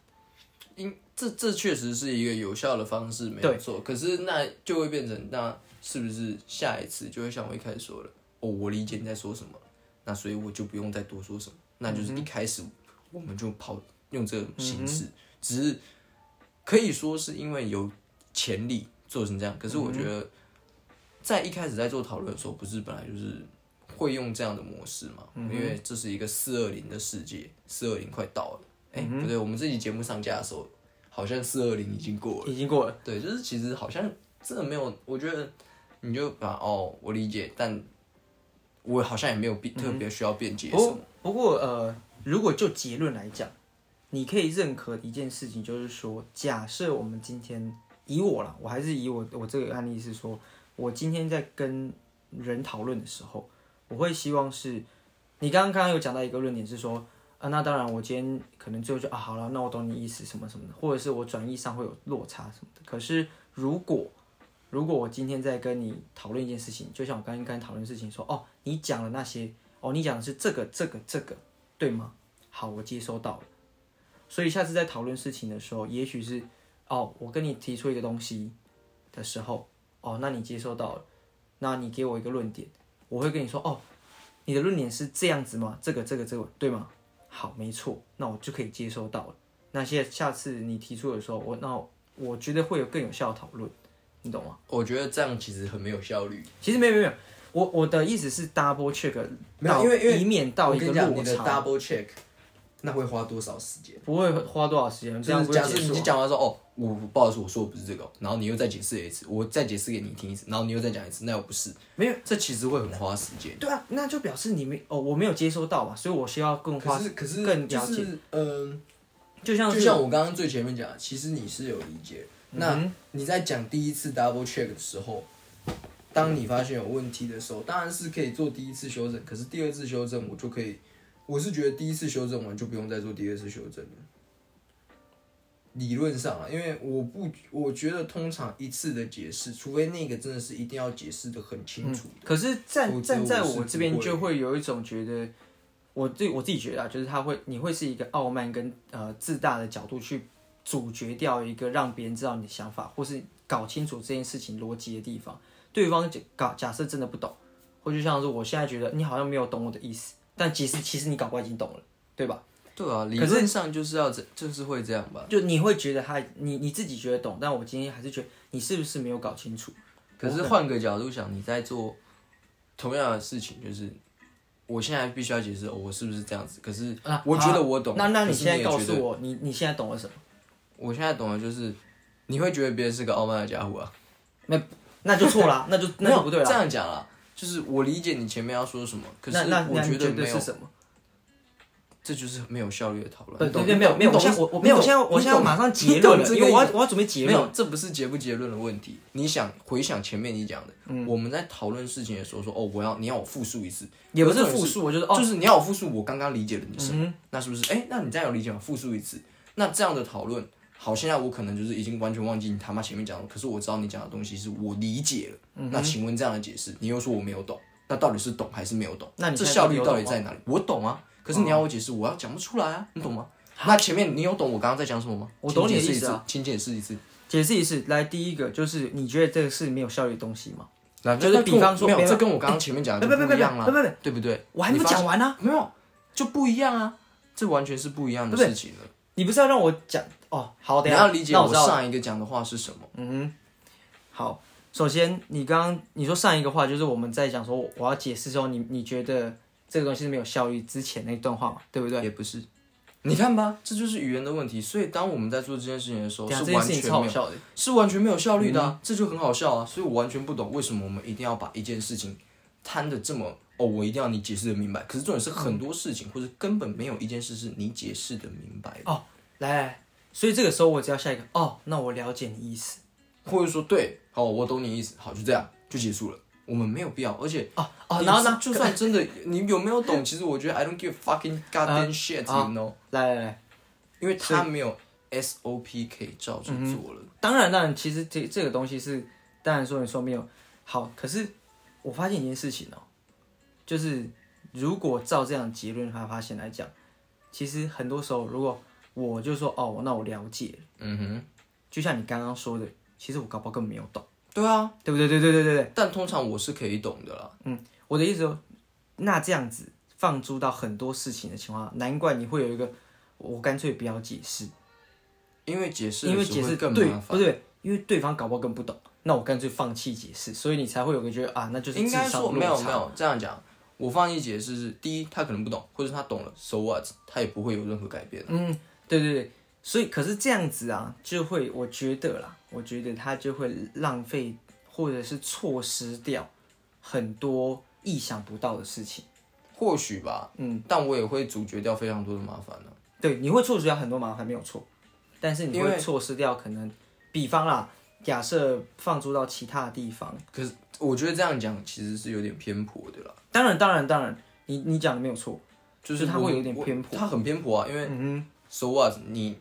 Speaker 2: 因这这确实是一个有效的方式，没有错。可是那就会变成，那是不是下一次就会像我一开始说的，哦，我理解你在说什么了，那所以我就不用再多说什么，那就是一开始我们就跑用这种形式，只是可以说是因为有潜力做成这样。可是我觉得，在一开始在做讨论的时候，不是本来就是。会用这样的模式嘛？因为这是一个四二零的世界，四二零快到了。哎、不对，我们这期节目上架的时候，好像四二零已经过了。
Speaker 1: 已经过了。
Speaker 2: 对，就是其实好像真的没有，我觉得你就把哦，我理解，但我好像也没有必特
Speaker 1: 嗯
Speaker 2: 别需要辩解什
Speaker 1: 不
Speaker 2: 么。
Speaker 1: 过不过呃，如果就结论来讲，你可以认可一件事情，就是说，假设我们今天以我啦，我还是以我我这个案例是说，我今天在跟人讨论的时候，我会希望是，你刚刚刚刚有讲到一个论点是说。啊，那当然，我今天可能最后就啊，好了，那我懂你意思什么什么的，或者是我转译上会有落差什么的。可是如果如果我今天在跟你讨论一件事情，就像我刚刚跟你讨论事情说，哦，你讲了那些，哦，你讲的是这个这个这个，对吗？好，我接收到了。所以下次在讨论事情的时候，也许是哦，我跟你提出一个东西的时候，哦，那你接收到了，那你给我一个论点，我会跟你说，哦，你的论点是这样子吗？这个这个这个，对吗？好，没错，那我就可以接收到了。那些下次你提出的时候，我那我我觉得会有更有效的讨论，你懂吗？
Speaker 2: 我觉得这样其实很没有效率。
Speaker 1: 其实没有没有没有，我我的意思是 double check
Speaker 2: 没有
Speaker 1: 到，
Speaker 2: 因为因为
Speaker 1: 以免到
Speaker 2: 我
Speaker 1: 一
Speaker 2: 跟
Speaker 1: 个
Speaker 2: 你讲，你
Speaker 1: 落
Speaker 2: 的
Speaker 1: 差，
Speaker 2: double check，那会花多少时间？
Speaker 1: 不会花多少时间，这
Speaker 2: 就
Speaker 1: 样
Speaker 2: 是
Speaker 1: 不
Speaker 2: 假
Speaker 1: 会
Speaker 2: 设
Speaker 1: 结束
Speaker 2: 你
Speaker 1: 啊。
Speaker 2: 讲完说哦，我不好意思，我说我不是这个哦，然后你又再解释一次，我再解释给你听一次，然后你又再讲一次，那又不是，
Speaker 1: 没有，
Speaker 2: 这其实会很花时间。
Speaker 1: 对啊，那就表示你没哦，我没有接收到嘛，所以我需要更花，
Speaker 2: 可是可是
Speaker 1: 更
Speaker 2: 就
Speaker 1: 了解，
Speaker 2: 是嗯。
Speaker 1: 就像
Speaker 2: 就是像我刚刚最前面讲的，其实你是有理解。
Speaker 1: 嗯
Speaker 2: 那你在讲第一次 double check 的时候，当你发现有问题的时候，当然是可以做第一次修正。可是第二次修正，我就可以，我是觉得第一次修正完就不用再做第二次修正了。理论上啊，因为我不，我觉得通常一次的解释，除非那个真的是一定要解释的很清楚。
Speaker 1: 嗯可是站
Speaker 2: 我觉
Speaker 1: 站
Speaker 2: 得我
Speaker 1: 在
Speaker 2: 是
Speaker 1: 我
Speaker 2: 不
Speaker 1: 这边
Speaker 2: 会
Speaker 1: 就会有一种觉得，我自我自己觉得啊，就是他会，你会是一个傲慢跟呃自大的角度去阻绝掉一个让别人知道你的想法，或是搞清楚这件事情逻辑的地方。对方假搞假设真的不懂，或就像是我现在觉得你好像没有懂我的意思，但其实其实你搞不好已经懂了，对吧？
Speaker 2: 对啊，理
Speaker 1: 可
Speaker 2: 论上就是要这，就是会这样吧。
Speaker 1: 就你会觉得他，你你自己觉得懂，但我今天还是觉得你是不是没有搞清楚？
Speaker 2: 可是换个角度想，你在做同样的事情，就是我现在必须要解释、哦我是不是这样子。可是
Speaker 1: 啊
Speaker 2: 我觉得我懂，
Speaker 1: 那那
Speaker 2: 可
Speaker 1: 你
Speaker 2: 是
Speaker 1: 现在
Speaker 2: 也
Speaker 1: 告
Speaker 2: 觉
Speaker 1: 诉
Speaker 2: 得，
Speaker 1: 我，你你现在懂了什么？
Speaker 2: 我现在懂的就是，你会觉得别人是个傲慢的家伙啊。
Speaker 1: 那就错啦，那就那
Speaker 2: 没
Speaker 1: 就
Speaker 2: 有
Speaker 1: 不对
Speaker 2: 这
Speaker 1: 了。
Speaker 2: 样讲啦，就是我理解你前面要说什么，可是
Speaker 1: 那那
Speaker 2: 我
Speaker 1: 那你
Speaker 2: 觉
Speaker 1: 觉
Speaker 2: 没有
Speaker 1: 是，什么？
Speaker 2: 这就是没有效率的讨论。
Speaker 1: 对
Speaker 2: 你懂
Speaker 1: 对对，没有没有，
Speaker 2: 你
Speaker 1: 我
Speaker 2: 懂
Speaker 1: 现在我我没有，我
Speaker 2: 你懂
Speaker 1: 现在我现在
Speaker 2: 你懂
Speaker 1: 马上结
Speaker 2: 你懂
Speaker 1: 论了，
Speaker 2: 这个
Speaker 1: 因为
Speaker 2: 意
Speaker 1: 我
Speaker 2: 思
Speaker 1: 要我要准备结
Speaker 2: 没有
Speaker 1: 论。，
Speaker 2: 这不是结不结论的问题。你想回想前面你讲的，
Speaker 1: 嗯
Speaker 2: 我们在讨论事情的时候说，哦，我要你要我复述一次，
Speaker 1: 也不
Speaker 2: 可
Speaker 1: 是
Speaker 2: 重点
Speaker 1: 复述，我觉得哦，
Speaker 2: 就是你要我复述我刚刚理解的你什么，那是不是？哎，那你这样有理解吗？复述一次，那这样的讨论，好，现在我可能就是已经完全忘记你他妈前面讲的，可是我知道你讲的东西是我理解了。那请问这样的解释，你又说我没有懂，那到底是懂还是没有懂？
Speaker 1: 那你
Speaker 2: 这
Speaker 1: 现在
Speaker 2: 效率
Speaker 1: 有
Speaker 2: 到
Speaker 1: 懂
Speaker 2: 底在哪里？我懂啊，可是你要我解释，我要讲不出来啊，你懂吗？那前面你有懂我刚刚在讲什么吗？
Speaker 1: 我懂你的意
Speaker 2: 请解释
Speaker 1: 思
Speaker 2: 一次
Speaker 1: 啊，
Speaker 2: 请解释一次。
Speaker 1: 解释一次。来，第一个就是你觉得这个是没有效率的东西吗？
Speaker 2: 那
Speaker 1: 就是
Speaker 2: 那
Speaker 1: 比
Speaker 2: 跟我
Speaker 1: 方说
Speaker 2: 没
Speaker 1: 没
Speaker 2: 有，
Speaker 1: 有
Speaker 2: 这跟我刚刚前面讲的就
Speaker 1: 哎不不
Speaker 2: 不一样
Speaker 1: 不不不
Speaker 2: 了，对不对？
Speaker 1: 我还没有
Speaker 2: 你发
Speaker 1: 讲完呢，
Speaker 2: 没有，就不一样啊，这完全是不一样的事情了。
Speaker 1: 你不是要让我讲哦？好，
Speaker 2: 你
Speaker 1: 等一下
Speaker 2: 要理解
Speaker 1: 那我知道了
Speaker 2: 上一个讲的话是什么。
Speaker 1: 好，首先你刚刚你说上一个话就是我们在讲说我要解释之后，你你觉得这个东西是没有效率之前那段话嘛，对不对？
Speaker 2: 也不是。你看吧，这就是语言的问题。所以当我们在做这件事情的时候，
Speaker 1: 等一下啊这
Speaker 2: 是
Speaker 1: 件
Speaker 2: 完
Speaker 1: 事情嗯
Speaker 2: 全
Speaker 1: 超
Speaker 2: 没
Speaker 1: 好
Speaker 2: 有，
Speaker 1: 笑的，
Speaker 2: 是完全没有效率的、啊，这就很好笑啊。所以我完全不懂为什么我们一定要把一件事情摊的这么哦，我一定要你解释的明白。可是重点是很多事情，或者根本没有一件事是你解释的明白的，
Speaker 1: 哦，来来来，所以这个时候我只要下一个哦，那我了解你意思
Speaker 2: 或者说对，哦，我懂你意思，好，就这样就结束了。我们没有必要，而且
Speaker 1: 哦哦，
Speaker 2: 你
Speaker 1: 然后
Speaker 2: 是
Speaker 1: 呢？
Speaker 2: 就算真的你有没有懂，其实我觉得 I don't give a fucking
Speaker 1: 啊
Speaker 2: goddamn shit，you know，、
Speaker 1: 来来来，
Speaker 2: 因为他没有 SOP 可以照着做了。
Speaker 1: 当然当然，其实这这个东西是当然说你说没有好，可是我发现一件事情哦，就是如果照这样的结论还发现来讲，其实很多时候如果我就说哦，那我了解了。
Speaker 2: 嗯哼，
Speaker 1: 就像你刚刚说的，其实我搞不好根本没有懂，
Speaker 2: 对啊，
Speaker 1: 对不对？对对对对对，
Speaker 2: 但通常我是可以懂的啦。
Speaker 1: 嗯我的意思说，那这样子放诸到很多事情的情况下，难怪你会有一个，我干脆不要解释，
Speaker 2: 因为解释的
Speaker 1: 因为
Speaker 2: 时候
Speaker 1: 解释
Speaker 2: 会更
Speaker 1: 对
Speaker 2: 麻
Speaker 1: 不
Speaker 2: 烦，
Speaker 1: 对？因为对方搞不好根本不懂，那我干脆放弃解释，所以你才会有个觉得啊，那就是
Speaker 2: 应该
Speaker 1: 智商
Speaker 2: 说
Speaker 1: 落
Speaker 2: 没有
Speaker 1: 差
Speaker 2: 没有这样讲。我放弃解释是第一，他可能不懂，或者他懂了，so what，他也不会有任何改变。
Speaker 1: 嗯，对对对，所以可是这样子啊，就会我觉得啦，我觉得他就会浪费或者是错失掉很多意想不到的事情。
Speaker 2: 或许吧，嗯，但我也会阻绝掉非常多的麻烦啊呢、
Speaker 1: 对，你会错失掉很多麻烦，没有错，但是你
Speaker 2: 因为
Speaker 1: 会错失掉可能，比方啦，假设放逐到其他的地方，
Speaker 2: 可是我觉得这样讲其实是有点偏颇的啦，
Speaker 1: 当然，当然，当然，你你讲的没有错，
Speaker 2: 就是
Speaker 1: 它
Speaker 2: 我
Speaker 1: 会有点
Speaker 2: 我
Speaker 1: 偏颇
Speaker 2: 它很偏颇啊，因为
Speaker 1: 嗯
Speaker 2: so what，你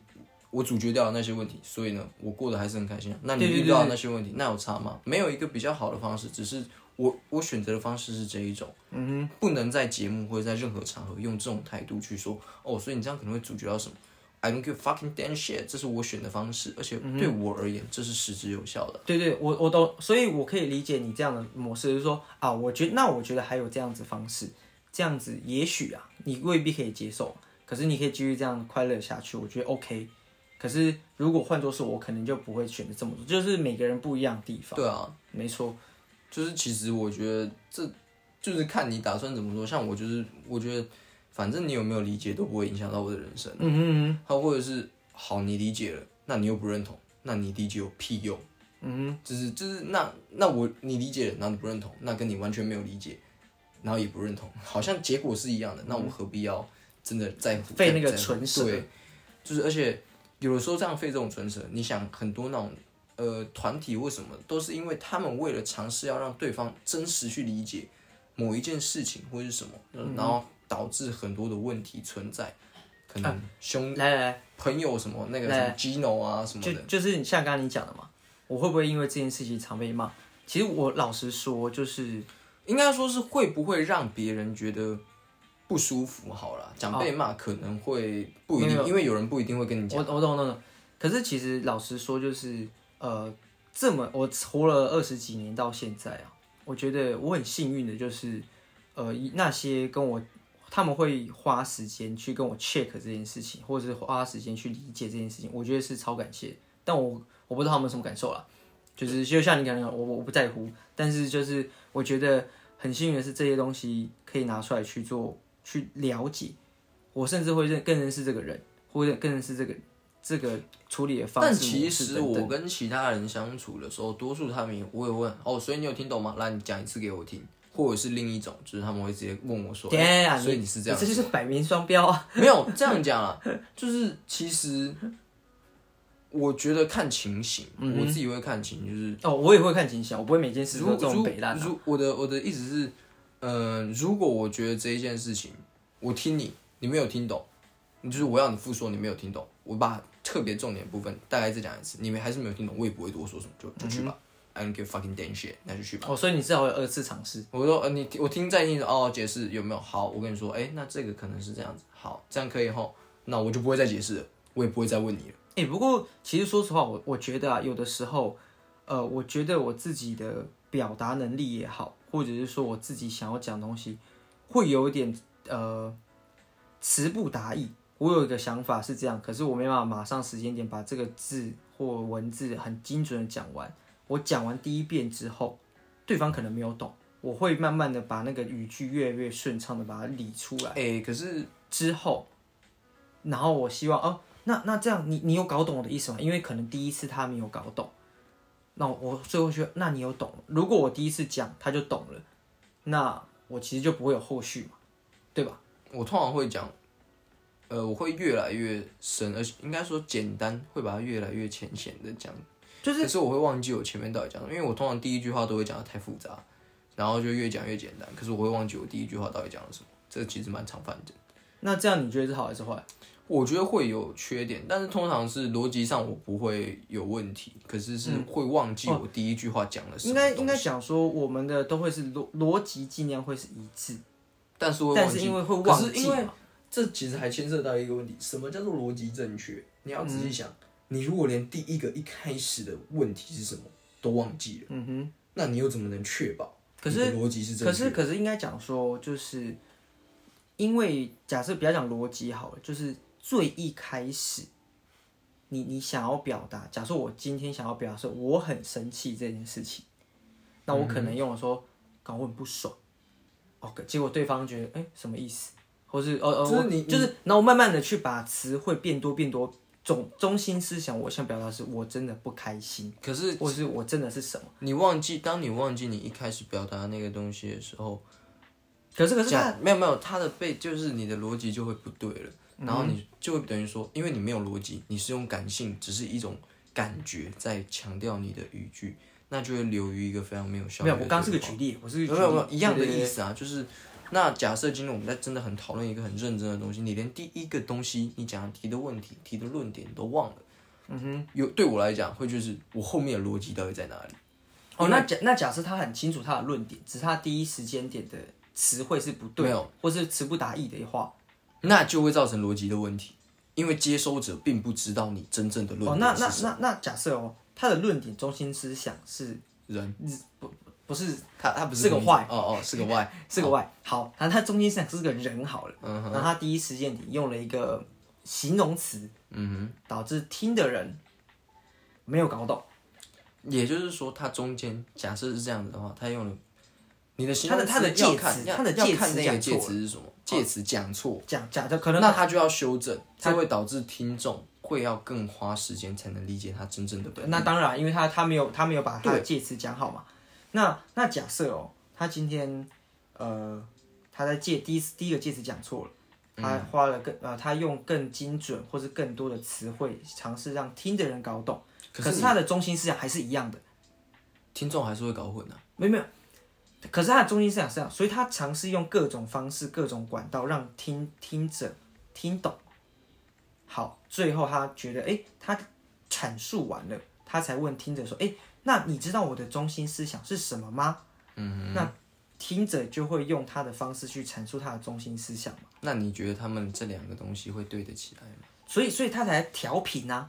Speaker 2: 我阻绝掉了那些问题，所以呢，我过得还是很开心啊。那你
Speaker 1: 对对对
Speaker 2: 遇到了那些问题，那有差吗？没有一个比较好的方式，只是我我选择的方式是这一种，嗯哼，不能在节目或者在任何场合用这种态度去说，哦，所以你这样可能会阻绝到什么？I don't give a fucking damn shit，这是我选的方式，而且
Speaker 1: 嗯
Speaker 2: 对我而言，这是实质有效的。
Speaker 1: 哼，对对，我我懂，所以我可以理解你这样的模式，就是说啊，我觉那我觉得还有这样子方式，这样子也许啊，你未必可以接受，可是你可以继续这样快乐下去，我觉得 OK。可是如果换做是我，可能就不会选择这么做，就是每个人不一样的地方，
Speaker 2: 对啊，
Speaker 1: 没错，
Speaker 2: 就是其实我觉得这就是看你打算怎么做。像我就是，我觉得反正你有没有理解都不会影响到我的人生。啊
Speaker 1: 嗯嗯嗯，
Speaker 2: 他或者是好，你理解了，那你又不认同，那你理解有屁用？嗯，就是就是那那我你理解了，然后你不认同，那跟你完全没有理解，然后也不认同，好像结果是一样的，那我何必要真的在乎
Speaker 1: 费那个
Speaker 2: 在乎
Speaker 1: 唇舌
Speaker 2: 对，就是而且有的时候这样费这种唇舌，你想很多那种呃团体或什么，都是因为他们为了尝试要让对方真实去理解某一件事情或是什么，
Speaker 1: 嗯
Speaker 2: 然后导致很多的问题存在，可
Speaker 1: 啊
Speaker 2: 能凶
Speaker 1: 来来来。
Speaker 2: 朋友什么那个什
Speaker 1: 来
Speaker 2: 么 Gino 啊什么
Speaker 1: 就
Speaker 2: 的，
Speaker 1: 就是你像刚刚你讲的嘛，我会不会因为这件事情常被骂？其实我老实说，就是
Speaker 2: 应该说是会不会让别人觉得不舒服？好
Speaker 1: 哦
Speaker 2: 了，讲被骂可能会不一
Speaker 1: 没
Speaker 2: 定，因为有人不一定会跟你
Speaker 1: 我
Speaker 2: 讲。
Speaker 1: 我懂我懂懂。可是其实老实说，就是呃，这么我活了二十几年到现在啊，我觉得我很幸运的就是，呃，那些跟我他们会花时间去跟我 check 这件事情，或者是花时间去理解这件事情，我觉得是超感谢。但我我不知道他们有什么感受啦，就是就像你讲的，我我不在乎，但是就是我觉得很幸运的是这些东西可以拿出来去做去了解，我甚至会认更认识这个人，或者更认识这个这个处理的方式模
Speaker 2: 但
Speaker 1: 式等等。
Speaker 2: 其实我跟其他人相处的时候，多数他们也会问哦，所以你有听懂吗？来，你讲一次给我听。或者是另一种，就是他们会直接问我说：“
Speaker 1: 天啊，
Speaker 2: 哎所以你是这样
Speaker 1: 这就是百名双标啊！
Speaker 2: 没有这样 讲啊，就是其实我觉得看情形，
Speaker 1: 嗯
Speaker 2: 我自己会看情，就是
Speaker 1: 哦，我也会看景象，我不会每件事
Speaker 2: 如
Speaker 1: 都这种
Speaker 2: 如
Speaker 1: 北烂。
Speaker 2: 如我的我的意思是，呃，如果我觉得这一件事情，我听你，你没有听懂，你就是我要你复说，你没有听懂，我把特别重点的部分大概再讲一次，你们还是没有听懂，我也不会多说什么，就就去吧、i don't give a fucking damn shit，那就去吧。
Speaker 1: 哦，所以你至少有二次尝试。
Speaker 2: 我说呃，你我听在听哦，解释有没有？好，我跟你说，哎、那这个可能是这样子，好，这样可以吼，那我就不会再解释了，我也不会再问你了。
Speaker 1: 哎、不过其实说实话，我我觉得啊，有的时候，呃，我觉得我自己的表达能力也好，或者是说我自己想要讲的东西，会有一点呃词不达意。我有一个想法是这样，可是我没办法马上时间点把这个字或文字很精准的讲完。我讲完第一遍之后，对方可能没有懂，我会慢慢的把那个语句越来越顺畅的把它理出来。
Speaker 2: 哎、可是
Speaker 1: 之后，然后我希望哦，那那这样你你有搞懂我的意思吗？因为可能第一次他没有搞懂，那我最后觉得那你有懂了。如果我第一次讲他就懂了，那我其实就不会有后续嘛，对吧？
Speaker 2: 我通常会讲，呃，我会越来越深，而且应该说简单，会把它越来越浅显的讲。
Speaker 1: 就是
Speaker 2: 可是我会忘记我前面到底讲什么，因为我通常第一句话都会讲的太复杂，然后就越讲越简单。可是我会忘记我第一句话到底讲了什么，这其实蛮常犯的。
Speaker 1: 那这样你觉得是好还是坏？
Speaker 2: 我觉得会有缺点，但是通常是逻辑上我不会有问题，可是是会忘记我第一句话讲了什
Speaker 1: 嗯哦应
Speaker 2: 么东西、
Speaker 1: 该应该讲说我们的都会是逻逻辑尽量会是一致，
Speaker 2: 但是会
Speaker 1: 但
Speaker 2: 忘
Speaker 1: 是
Speaker 2: 记。
Speaker 1: 因为会
Speaker 2: 可
Speaker 1: 忘
Speaker 2: 是
Speaker 1: 记
Speaker 2: 因为
Speaker 1: 嘛
Speaker 2: 这其实还牵涉到一个问题，什么叫做逻辑正确？你要仔细
Speaker 1: 嗯
Speaker 2: 想，你如果连第一个一开始的问题是什么都忘记了，
Speaker 1: 嗯哼。
Speaker 2: 那你又怎么能确保？
Speaker 1: 可是
Speaker 2: 逻辑是正
Speaker 1: 可
Speaker 2: 确的？
Speaker 1: 是可是应该讲说，就是因为假设不要讲逻辑好了，就是最一开始，你你想要表达，假设我今天想要表达是我很生气这件事情，那我可能用了说，搞我很不爽，哦，可结果对方觉得哎、什么意思，或是哦哦，
Speaker 2: 就是
Speaker 1: 我
Speaker 2: 你
Speaker 1: 就是，然后我慢慢的去把词汇变多变多。总中心思想，我想表达是我真的不开心，
Speaker 2: 可是
Speaker 1: 或是我真的是什么？
Speaker 2: 你忘记，当你忘记你一开始表达那个东西的时候。
Speaker 1: 可是可是他
Speaker 2: 假没有没有，他的被就是你的逻辑就会不对了，
Speaker 1: 嗯
Speaker 2: 然后你就会等于说，因为你没有逻辑，你是用感性，只是一种感觉在强调你的语句，那就会流于一个非常没有效
Speaker 1: 没有，
Speaker 2: 率的对话。
Speaker 1: 我刚刚是个举例，我是
Speaker 2: 没有没有没有一样的
Speaker 1: 思。对对
Speaker 2: 意思啊，就是那假设今天我们在真的很讨论一个很认真的东西，你连第一个东西你讲的提的问题、提的论点都忘了，嗯哼，有对我来讲会就是我后面的逻辑到底在哪里？
Speaker 1: 哦，那假那假设他很清楚他的论点，只是他第一时间点的词汇是不对，
Speaker 2: 没有，
Speaker 1: 或是词不达意的话，
Speaker 2: 那就会造成逻辑的问题，因为接收者并不知道你真正的
Speaker 1: 哦
Speaker 2: 论，
Speaker 1: 那
Speaker 2: 点
Speaker 1: 那
Speaker 2: 是什
Speaker 1: 那那假设哦，他的论点中心思想是
Speaker 2: 么人，
Speaker 1: 不是
Speaker 2: 他他不是
Speaker 1: 是个嗯
Speaker 2: 同一
Speaker 1: Y
Speaker 2: 哦哦是个 Y，
Speaker 1: 是个 Y？好，那他中心思想是个人好了，
Speaker 2: 嗯
Speaker 1: 然后他第一时间点用了一个形容词，嗯哼，导致听的人没有搞懂，
Speaker 2: 也就是说他中间假设是这样子的话，他用了你的形
Speaker 1: 他
Speaker 2: 容
Speaker 1: 的
Speaker 2: 词
Speaker 1: 他的
Speaker 2: 要
Speaker 1: 介
Speaker 2: 看
Speaker 1: 词
Speaker 2: 要
Speaker 1: 他的
Speaker 2: 要
Speaker 1: 介
Speaker 2: 看
Speaker 1: 词
Speaker 2: 那个
Speaker 1: 讲
Speaker 2: 介
Speaker 1: 错
Speaker 2: 词是什么，介词讲错，
Speaker 1: 讲假设可能
Speaker 2: 那他就要修正，这会导致听众会要更花时间才能理解他真正的本意。
Speaker 1: 那当然，因为他他没有他没有把他的
Speaker 2: 对
Speaker 1: 介词讲好嘛。那那假设哦，他今天呃他在介第一第一个介词讲错了，他
Speaker 2: 嗯
Speaker 1: 花了更呃他用更精准或是更多的词汇尝试让听的人搞懂，
Speaker 2: 可
Speaker 1: 可
Speaker 2: 是
Speaker 1: 是他的中心思想还是一样的，
Speaker 2: 听众还是会搞混啊。
Speaker 1: 没有没有。可是他的中心思想是这样，所以他尝试用各种方式、各种管道让听听者听懂。好，最后他觉得，哎、他阐述完了，他才问听者说，哎、那你知道我的中心思想是什么吗？嗯，那听者就会用他的方式去阐述他的中心思想嘛，
Speaker 2: 那你觉得他们这两个东西会对得起来吗？
Speaker 1: 所以所以他才调频啊。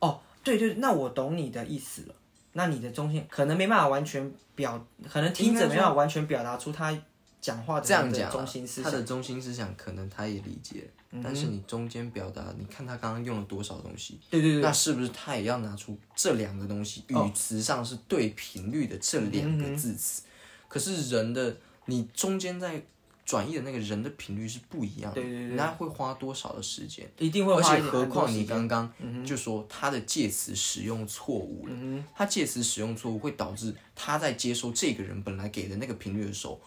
Speaker 1: 哦，对对，那我懂你的意思了。那你的中心可能没办法完全表，可能听者没办法完全表达出他讲话的
Speaker 2: 这样
Speaker 1: 人的
Speaker 2: 讲啊
Speaker 1: 中心思
Speaker 2: 他
Speaker 1: 想，嗯
Speaker 2: 的中心思想可能他也理解，但是你中间表达，你看他刚刚用了多少东西，
Speaker 1: 对对对，
Speaker 2: 那是不是他也要拿出这两个东西，
Speaker 1: 哦
Speaker 2: 语词上是对频率的这
Speaker 1: 嗯
Speaker 2: 两个字词？可是人的你中间在转译的那个人的频率是不一样的，
Speaker 1: 对对对
Speaker 2: 那会花多少的时间？
Speaker 1: 一定会
Speaker 2: 而
Speaker 1: 花
Speaker 2: 且
Speaker 1: 一点
Speaker 2: 何
Speaker 1: 很多
Speaker 2: 况
Speaker 1: 时
Speaker 2: 你
Speaker 1: 间。嗯
Speaker 2: 刚刚就说他的介词使用错误了，他介词使用错误会导致他在接收这个人本来给的那个频率的时候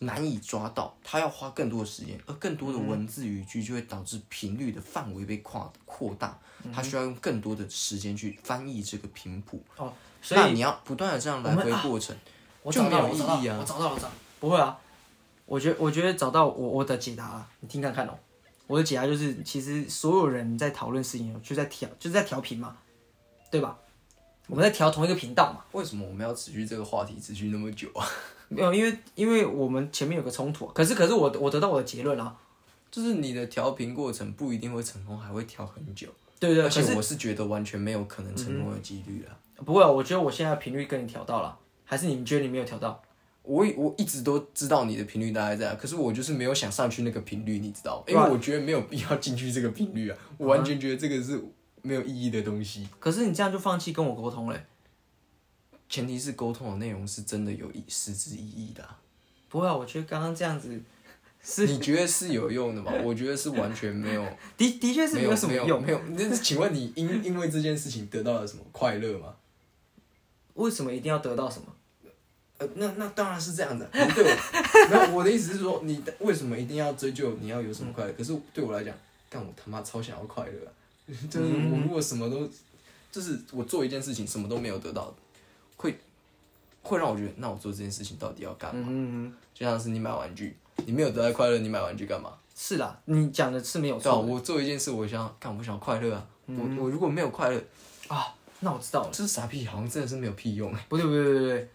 Speaker 2: 难以抓到，他要花更多的时间，而更
Speaker 1: 嗯
Speaker 2: 多的文字语句就会导致频率的范围被跨扩大，
Speaker 1: 嗯
Speaker 2: 他需要用更多的时间去翻译这个频谱。
Speaker 1: 哦，所以
Speaker 2: 那
Speaker 1: 啊
Speaker 2: 你要不断的这样来回过程，
Speaker 1: 我
Speaker 2: 就
Speaker 1: 找到了，
Speaker 2: 没有
Speaker 1: 我找到
Speaker 2: 意义
Speaker 1: 了，
Speaker 2: 啊
Speaker 1: 我找到了，我找到了不会啊，我觉我觉得找到我我的解答了，你听看看哦。我的解答就是，其实所有人在讨论事情，就在调，就是在调频嘛，对吧？我们在调同一个频道嘛。
Speaker 2: 为什么我们要持续这个话题持续那么久啊？
Speaker 1: 没有，因为因为我们前面有个冲突啊、可是可是我我得到我的结论啊，
Speaker 2: 就是你的调频过程不一定会成功，还会调很久。
Speaker 1: 对对，
Speaker 2: 而
Speaker 1: 可是
Speaker 2: 且我是觉得完全没有可能成功的几率了。
Speaker 1: 不会啊，我觉得我现在频率跟你调到了，还是你们觉得你没有调到？
Speaker 2: 我我一直都知道你的频率大概在，可是我就是没有想上去那个频率，你知道吗？
Speaker 1: 对
Speaker 2: 因
Speaker 1: 啊
Speaker 2: 为我觉得没有必要进去这个 频率啊，我完全觉得这个是没有意义的东西。
Speaker 1: 可是你这样就放弃跟我沟通嘞、
Speaker 2: 前提是沟通的内容是真的有意实质意义的啊、
Speaker 1: 不会啊，我觉得刚刚这样子是
Speaker 2: 你觉得是有用 的吗？我觉得是完全没有，
Speaker 1: 的的确 是
Speaker 2: 没
Speaker 1: 没有
Speaker 2: 有
Speaker 1: 什么
Speaker 2: 没
Speaker 1: 用。
Speaker 2: 没有。那请问你因因为这件事情得到了什么快乐吗？
Speaker 1: 为什么一定要得到什么？
Speaker 2: 呃，那那当然是这样子、啊。可是对我，没有我的意思是说，你为什么一定要追究你要有什么快乐？可是对我来讲，干我他妈超想要快乐、啊， 就是
Speaker 1: 嗯
Speaker 2: 我如果什么都，就是我做一件事情什么都没有得到，会会让我觉得，那我做这件事情到底要干嘛？
Speaker 1: 嗯嗯，
Speaker 2: 就像是你买玩具，你没有得到快乐，你买玩具干嘛？
Speaker 1: 是啦，你讲的是没有
Speaker 2: 对啊，
Speaker 1: 错嗯
Speaker 2: 我做一件事，我想干，我想要快乐啊。我我如果没有快乐，
Speaker 1: 啊。那我知道了，
Speaker 2: 这是傻屁，好像真的是没有屁用。
Speaker 1: 不对不对不对不对，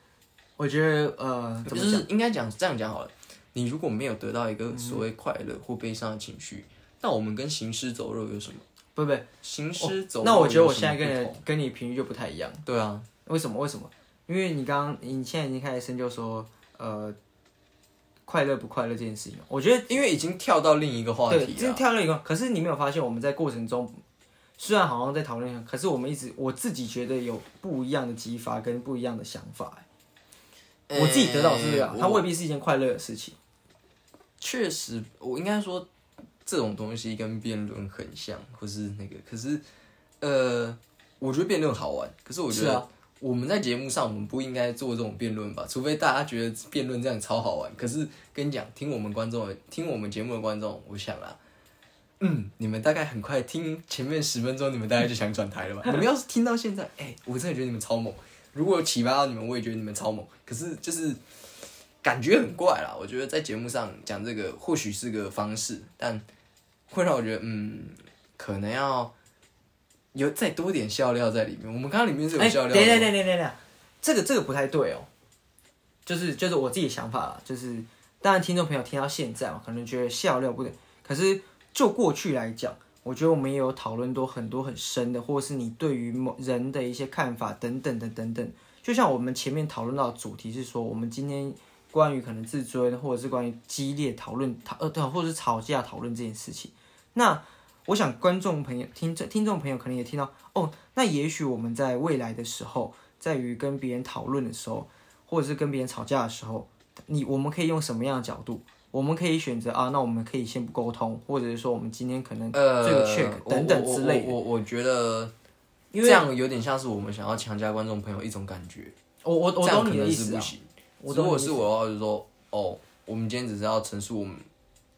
Speaker 1: 我觉得呃怎
Speaker 2: 就
Speaker 1: 么讲？
Speaker 2: 是应该讲这样讲好了。你如果没有得到一个所谓快乐或悲伤的情绪，那我们跟行尸走肉有什么？
Speaker 1: 不不，
Speaker 2: 行尸走肉、
Speaker 1: 那我觉得我现在跟你跟你频率就不太一样。
Speaker 2: 对啊，
Speaker 1: 为什么？为什么？因为你刚刚你现在已经开始深究说，呃，快乐不快乐这件事情，我觉得
Speaker 2: 因为已经跳到另一个话
Speaker 1: 对，
Speaker 2: 题啊
Speaker 1: 这
Speaker 2: 了。
Speaker 1: 跳了一个。可是你没有发现我们在过程中，虽然好像在讨论，可是我们一直我自己觉得有不一样的激发跟不一样的想法。我自己得到的是这个啊
Speaker 2: 呃，
Speaker 1: 它
Speaker 2: 我
Speaker 1: 未必是一件快乐的事情。
Speaker 2: 确实，我应该说这种东西跟辩论很像，或是那个，可是呃，我觉得辩论好玩，可是我觉
Speaker 1: 是
Speaker 2: 得、
Speaker 1: 啊
Speaker 2: 我们在节目上我们不应该做这种辩论吧，除非大家觉得辩论这样超好玩。可是跟你讲，听我们观众的听我们节目的观众，我想啦。嗯，你们大概很快听前面十分钟，你们大概就想转 台了吧？你们要是听到现在，哎、我真的觉得你们超猛。如果有启发到你们，我也觉得你们超猛。可是就是感觉很怪啦。我觉得在节目上讲这个或许是个方式，但会让我觉得，嗯，可能要有再多点笑料在里面。我们刚刚里面是有
Speaker 1: 哎，
Speaker 2: 笑
Speaker 1: 等
Speaker 2: 料
Speaker 1: 一
Speaker 2: 的
Speaker 1: 下
Speaker 2: 吗、
Speaker 1: 等一下等一下等一下，这个这个不太对哦。就是就是我自己想法啦，就是当然听众朋友听到现在嘛，可能觉得笑料不对，可是就过去来讲，我觉得我们也有讨论多很多很深的，或者是你对于某人的一些看法等等的等等。就像我们前面讨论到的主题是说，我们今天关于可能自尊，或者是关于激烈讨论讨呃对，或者是吵架讨论这件事情。那我想观众朋友、听众听众朋友可能也听到哦，那也许我们在未来的时候，在于跟别人讨论的时候，或者是跟别人吵架的时候，你我们可以用什么样的角度？我们可以选择啊，那我们可以先不沟通，或者是说我们今天可能
Speaker 2: 呃，
Speaker 1: 这个 check
Speaker 2: 我
Speaker 1: 等等之类的。
Speaker 2: 我我我我觉得，
Speaker 1: 因
Speaker 2: 因
Speaker 1: 为
Speaker 2: 为这样有点像是我们想要强加观众朋友一种感觉，
Speaker 1: 我我
Speaker 2: 这
Speaker 1: 我
Speaker 2: 样
Speaker 1: 懂
Speaker 2: 可
Speaker 1: 你的
Speaker 2: 能
Speaker 1: 意
Speaker 2: 是
Speaker 1: 思
Speaker 2: 不
Speaker 1: 啊，
Speaker 2: 行。
Speaker 1: 我
Speaker 2: 如
Speaker 1: 懂你
Speaker 2: 果
Speaker 1: 的意
Speaker 2: 是
Speaker 1: 思。
Speaker 2: 我的话，就说哦，我们今天只是要陈述我们